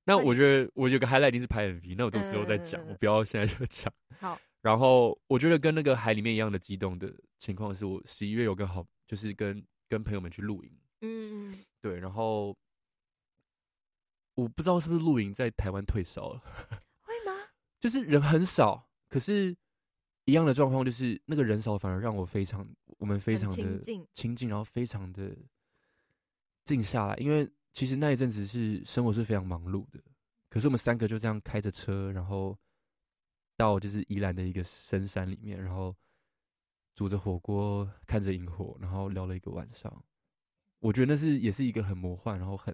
Speaker 1: 那
Speaker 2: 那你
Speaker 1: 我觉得我有个 highlight 一定是拍 MV，那我这个之后再讲，
Speaker 2: 嗯嗯嗯嗯
Speaker 1: 我不要现在就讲。
Speaker 2: 好，
Speaker 1: 然后我觉得跟那个海里面一样的激动的情况是，我十一月有跟好，就是跟跟朋友们去露营，
Speaker 2: 嗯，嗯
Speaker 1: 对，然后我不知道是不是露营在台湾退烧了，
Speaker 2: 会吗？
Speaker 1: 就是人很少，可是一样的状况就是那个人少反而让我非常，我们非
Speaker 2: 很
Speaker 1: 常
Speaker 2: 亲
Speaker 1: 的
Speaker 2: 近，
Speaker 1: 亲近，然后非常的静下来，因为其实那一阵子是生活是非常忙碌的，可是我们三个就这样开着车，然后到就是宜兰的一个深山里面，然后煮着火锅，看着萤火，然后聊了一个晚上。我觉得那是也是一个很魔幻，然后很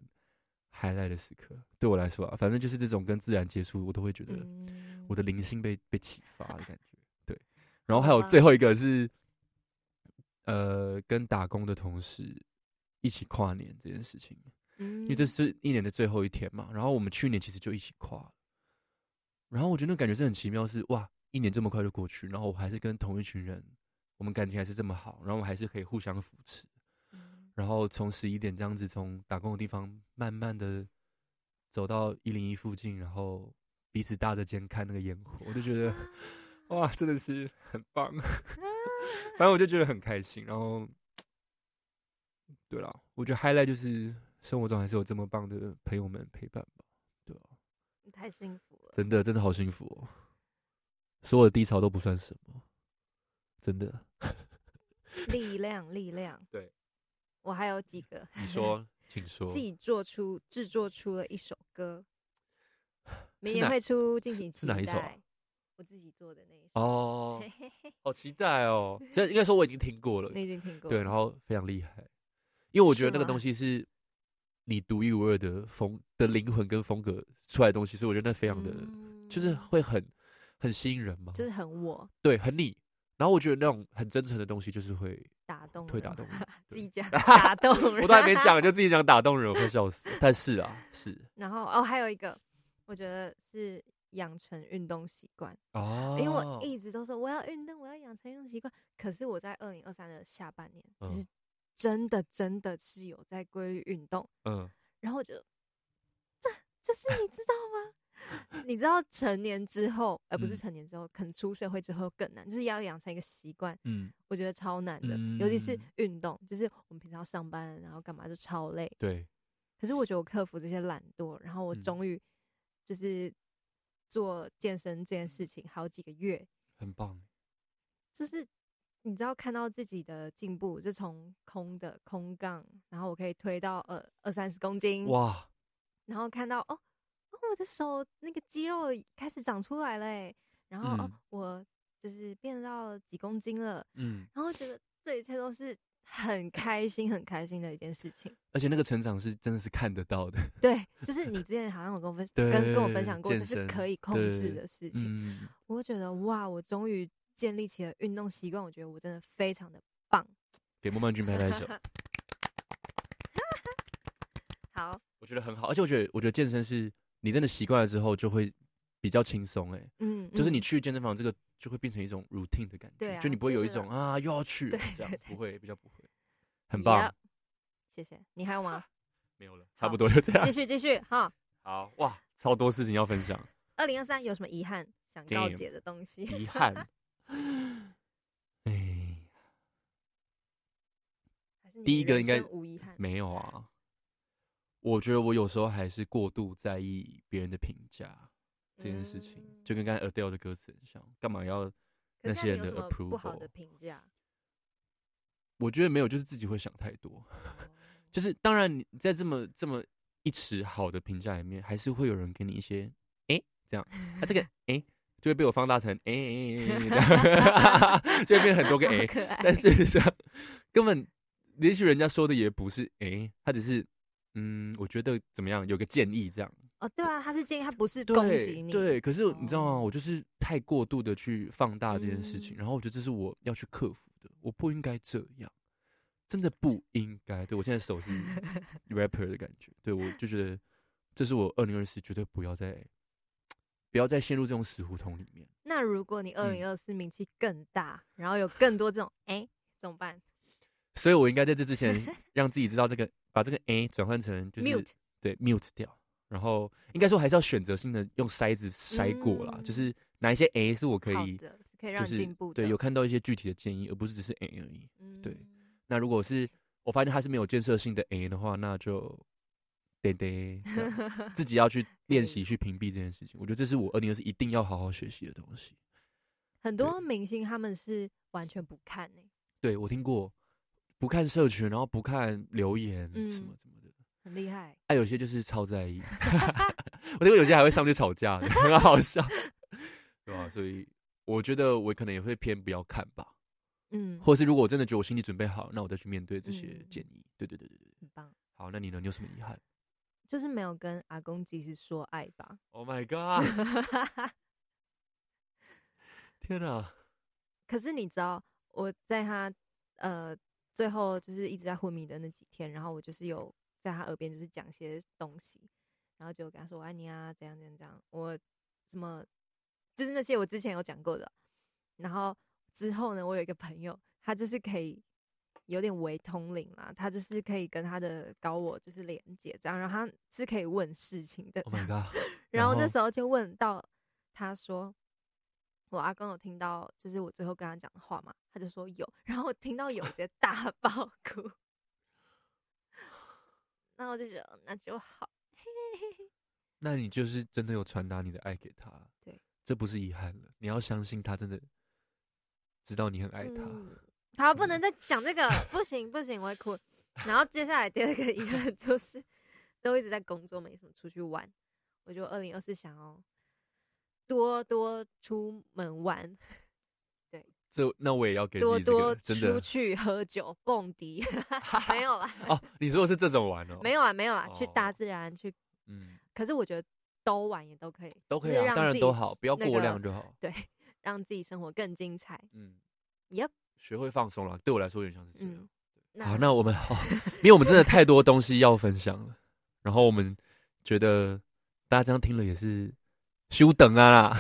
Speaker 1: high 的时刻，对我来说啊，反正就是这种跟自然接触，我都会觉得
Speaker 2: 嗯，
Speaker 1: 我的灵性被被启发的感觉。对，然后还有
Speaker 2: 好吧
Speaker 1: 最后一个是，呃，跟打工的同事一起跨年这件事情，
Speaker 2: 嗯，
Speaker 1: 因为这是一年的最后一天嘛。然后我们去年其实就一起跨了，然后我觉得那感觉是很奇妙是，哇，一年这么快就过去，然后我还是跟同一群人，我们感情还是这么好，然后我们还是可以互相扶持。
Speaker 2: 嗯
Speaker 1: 然后从十一点这样子从打工的地方慢慢的走到一零一附近，然后彼此搭着肩看那个烟火，我就觉
Speaker 2: (laughs)
Speaker 1: 得哇，真的是很棒。反正我就觉得很开心。然后，对啦，我觉得 highlight 就是生活中还是有这么棒的朋友们陪伴吧。对啊，
Speaker 2: 太幸福了。
Speaker 1: 真的真的好幸福哦。所有的低潮都不算什么，真的。
Speaker 2: 力量，力量。
Speaker 1: 对，
Speaker 2: 我还有几个
Speaker 1: (laughs) 你说，请说
Speaker 2: 自。己做出制作出了一首歌，明
Speaker 1: 是
Speaker 2: 年
Speaker 1: 哪
Speaker 2: 会出，敬请期
Speaker 1: 是哪一首啊
Speaker 2: 待。我自己做的那一首，
Speaker 1: 哦，好期待哦！
Speaker 2: (laughs)
Speaker 1: 这应该说我已经听过了，
Speaker 2: 你已经听过了？
Speaker 1: 对，然后非常厉害，因为我觉得
Speaker 2: 是
Speaker 1: 那个
Speaker 2: 吗
Speaker 1: 东西是你独一无二的风的灵魂跟风格出来的东西，所以我觉得那非常的，
Speaker 2: 嗯
Speaker 1: 就是会很很吸引人嘛，
Speaker 2: 就是很我
Speaker 1: 对，很你。然后我觉得那种很真诚的东西，就是会
Speaker 2: 打动
Speaker 1: 会
Speaker 2: 人
Speaker 1: 打动
Speaker 2: (laughs)
Speaker 1: 人。
Speaker 2: 自
Speaker 1: 对
Speaker 2: 己
Speaker 1: (laughs)
Speaker 2: 讲打动人， (laughs)
Speaker 1: 我都还没。讲，就自己讲打动人，我会笑死。但是啊，是
Speaker 2: 然后哦，还有一个，我觉得是养成运动习惯，
Speaker 1: 哦，
Speaker 2: 因为我一直都说我要运动，我要养成运动习惯。可是我在二零二三的下半年，
Speaker 1: 嗯
Speaker 2: 就是真的真的是有在规律运动，
Speaker 1: 嗯，
Speaker 2: 然后我就这这是你知道吗？ (laughs) 你知道成年之后，呃，不是
Speaker 1: 嗯
Speaker 2: 成年之后，可能出社会之后更难，就是要养成一个习惯，
Speaker 1: 嗯，
Speaker 2: 我觉得超难的，尤其是
Speaker 1: 嗯
Speaker 2: 运动，就是我们平常上班然后干嘛就超累，
Speaker 1: 对，
Speaker 2: 可是我觉得我克服这些懒惰，然后我
Speaker 1: 嗯
Speaker 2: 终于就是做健身这件事情好几个月，
Speaker 1: 很棒，
Speaker 2: 就是你知道看到自己的进步，就从空的空杠，然后我可以推到二二三十公斤，
Speaker 1: 哇，
Speaker 2: 然后看到哦哦我的手那个肌肉开始长出来了欸，然后、哦
Speaker 1: 嗯
Speaker 2: 我就是变到几公斤了，
Speaker 1: 嗯，
Speaker 2: 然后觉得这一切都是很开心很开心的一件事情。
Speaker 1: 而且那个成长是真的是看得
Speaker 2: (laughs)
Speaker 1: 到的，
Speaker 2: 对，就是你之前好像有跟我分跟
Speaker 1: (laughs) 对
Speaker 2: 跟我分享过，这
Speaker 1: 健
Speaker 2: 是
Speaker 1: 身
Speaker 2: 可以控
Speaker 1: 对
Speaker 2: 制的事情。
Speaker 1: 嗯，
Speaker 2: 我会觉得哇，我终于建立起了运动习惯，我觉得我真的非常的棒。
Speaker 1: 给孟曼君拍拍
Speaker 2: (laughs)
Speaker 1: 手。
Speaker 2: 好，
Speaker 1: 我觉得很好，而且我觉得，我觉得健身是你真的习惯了之后，就会比较轻松哎，
Speaker 2: 嗯，
Speaker 1: 就是
Speaker 2: 嗯
Speaker 1: 你去健身房这个就会变成一种 routine 的感
Speaker 2: 对
Speaker 1: 觉，
Speaker 2: 啊
Speaker 1: 就你不会
Speaker 2: 就
Speaker 1: 有一
Speaker 2: 是
Speaker 1: 种啊又要去了
Speaker 2: 对
Speaker 1: 这样
Speaker 2: 对，
Speaker 1: 不
Speaker 2: 对
Speaker 1: 会比较不会，很
Speaker 2: Yeah
Speaker 1: 棒，
Speaker 2: 谢谢。你还有
Speaker 1: (laughs)
Speaker 2: 吗？
Speaker 1: 没有了，差
Speaker 2: 好
Speaker 1: 不多就这样
Speaker 2: 继。续继续哈。
Speaker 1: 好哇，超多事情要分享，
Speaker 2: 二零二三有什么遗憾想告
Speaker 1: Damn
Speaker 2: 解的东
Speaker 1: (laughs)
Speaker 2: 西？
Speaker 1: 遗憾，哎，
Speaker 2: 还是你
Speaker 1: 第一个
Speaker 2: 人
Speaker 1: 应该
Speaker 2: 生无遗憾。
Speaker 1: 没有啊。我觉得我有时候还是过度在意别人的评价这件事情，
Speaker 2: 嗯
Speaker 1: 就跟刚才 Adele 的歌词很像，干嘛要
Speaker 2: 可
Speaker 1: 那些
Speaker 2: 是现在你有
Speaker 1: 人
Speaker 2: 什
Speaker 1: 的
Speaker 2: 么不好的
Speaker 1: approval
Speaker 2: 评
Speaker 1: (laughs)
Speaker 2: 价？
Speaker 1: 我觉得没有，就是自己会想太
Speaker 2: 哦
Speaker 1: 多。就是当然，你在这么这么一池好的评价里面，还是会有人给你一些哎、诶这样，啊
Speaker 2: (laughs)
Speaker 1: 这个哎、诶就会被我放大成哎哎哎，诶这
Speaker 2: (laughs)
Speaker 1: 样就会变成很多个哎、
Speaker 2: 好
Speaker 1: 诶
Speaker 2: 可爱
Speaker 1: 但事实上根本也许人家说的也不是哎、诶他只是嗯，我觉得怎么样，有个建议这样。
Speaker 2: 哦，对啊，他是建议他不是
Speaker 1: 对
Speaker 2: 攻击你，
Speaker 1: 对，可是你知道吗？
Speaker 2: 哦
Speaker 1: 我就是太过度的去放大这件事情，
Speaker 2: 嗯
Speaker 1: 然后我觉得这是我要去克服的，我不应该这样，真的不应该。对我现在手是 rapper 的感觉，对我就觉得这是我二零二四绝对不要再不要再陷入这种死胡同里面。
Speaker 2: 那如果你二
Speaker 1: 嗯
Speaker 2: 零二四名气更大，然后有更多这种哎、怎么办
Speaker 1: 所以我应该在这之
Speaker 2: (laughs)
Speaker 1: 前让自己知道这个，把这个 a 转换成就是
Speaker 2: ？mute
Speaker 1: 对 mute 掉，然后应该说还是要选择性的用筛子筛过啦，
Speaker 2: 嗯
Speaker 1: 就是哪一些 a 是我可
Speaker 2: 好
Speaker 1: 以。
Speaker 2: 的，是可以让
Speaker 1: 就
Speaker 2: 你
Speaker 1: 是
Speaker 2: 进步的。
Speaker 1: 对，有看到一些具体的建议，而不是只是 A 而已。
Speaker 2: 嗯，
Speaker 1: 对那如果是我发现它是没有建设性的 A 的话，那就得得这
Speaker 2: (laughs)
Speaker 1: 样自己要去练习去屏蔽这件事情。我觉得这是我二零二四一定要好好学习的东西。
Speaker 2: 很多明星他们是完全不看诶、
Speaker 1: 对我听过，不看社群，然后不看留言，
Speaker 2: 嗯
Speaker 1: 什么什么的。
Speaker 2: 很厉害。
Speaker 1: 啊，有些就是超在意， (laughs) 我听过有些还会上去吵架的， (laughs) 很好笑，对吧、所以我觉得我可能也会偏不要看吧，
Speaker 2: 嗯，
Speaker 1: 或是如果我真的觉得我心理准备好，那我再去面对这些
Speaker 2: 嗯
Speaker 1: 建议。对对对对对。
Speaker 2: 很棒，
Speaker 1: 好，那你呢？你有什么遗憾
Speaker 2: 就是没有跟阿公及时说爱吧。
Speaker 1: ？Oh my god！天啊！
Speaker 2: 可是你知道，我在他呃最后就是一直在昏迷的那几天，然后我就是有在他耳边就是讲些东西，然后就跟他说我爱你啊，怎样怎样怎样，我什么就是那些我之前有讲过的。然后之后呢，我有一个朋友，他就是可以有点微通灵啦，他就是可以跟他的高我就是连接这样，然后他是可以问事情的。
Speaker 1: ，Oh my god！ (laughs)
Speaker 2: 然后
Speaker 1: 然
Speaker 2: 那
Speaker 1: 后
Speaker 2: 时候就问到他说，我阿公有听到就是我最后跟他讲的话嘛，他就说有，然后我听到有直接大爆哭，那我就觉得那就好，
Speaker 1: 那你就是真的有传达你的爱给他，
Speaker 2: 对，
Speaker 1: 这不是遗憾了。你要相信他真的知道你很爱他。
Speaker 2: 嗯好，不能再讲这个，不行不行，我会哭。然后接下来第二个遗憾就是，都一直在工作，没什么出去玩。我就二零二四想要多多出门玩，
Speaker 1: 这那我也要给自
Speaker 2: 多
Speaker 1: 己这个
Speaker 2: 多
Speaker 1: 真的
Speaker 2: 出去喝酒蹦迪，没有啦，
Speaker 1: 哦。你说的是这种玩哦？
Speaker 2: 没有啊，没有啊，去大
Speaker 1: 哦
Speaker 2: 自然去。
Speaker 1: 嗯，
Speaker 2: 可是我觉得都玩也都可以，
Speaker 1: 都可以
Speaker 2: 就是
Speaker 1: 啊，
Speaker 2: 让
Speaker 1: 当然
Speaker 2: 自己
Speaker 1: 都好，不要
Speaker 2: 那
Speaker 1: 过
Speaker 2: 个
Speaker 1: 量就好。
Speaker 2: 让自己生活更精彩。
Speaker 1: 嗯
Speaker 2: Yep
Speaker 1: 学会放松了，对我来说有点像是这样。
Speaker 2: 嗯，
Speaker 1: 好，
Speaker 2: (laughs)
Speaker 1: 那我们好、因为我们真的太多东西要分享了，然后我们觉得大家这样听了也是休等啊啦，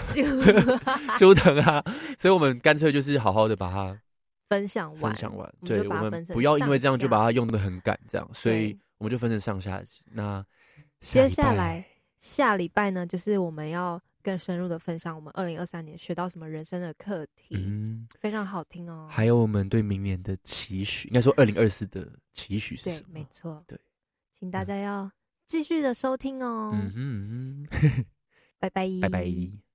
Speaker 1: 休等啊，所以我们干脆就是好好的把它
Speaker 2: 分享完，
Speaker 1: 分享完，
Speaker 2: 我们就
Speaker 1: 对，
Speaker 2: 把它
Speaker 1: 我
Speaker 2: 分
Speaker 1: 们
Speaker 2: 成
Speaker 1: 不要因为这样
Speaker 2: 上下
Speaker 1: 就把它用的很赶，这样，所以
Speaker 2: 对
Speaker 1: 我们就分成上下集。那
Speaker 2: 接
Speaker 1: 下
Speaker 2: 下
Speaker 1: 礼拜
Speaker 2: 来下礼拜呢，就是我们要更深入的分享我们二零二三年学到什么人生的课题，
Speaker 1: 嗯，
Speaker 2: 非常好听哦。
Speaker 1: 还有我们对明年的期许，应该说二零二四的期许是
Speaker 2: 对
Speaker 1: 什，
Speaker 2: 没
Speaker 1: 么？
Speaker 2: 错，
Speaker 1: 对，嗯
Speaker 2: 请大家要继续的收听哦，
Speaker 1: 嗯哼嗯哼，
Speaker 2: 拜拜，
Speaker 1: 拜拜。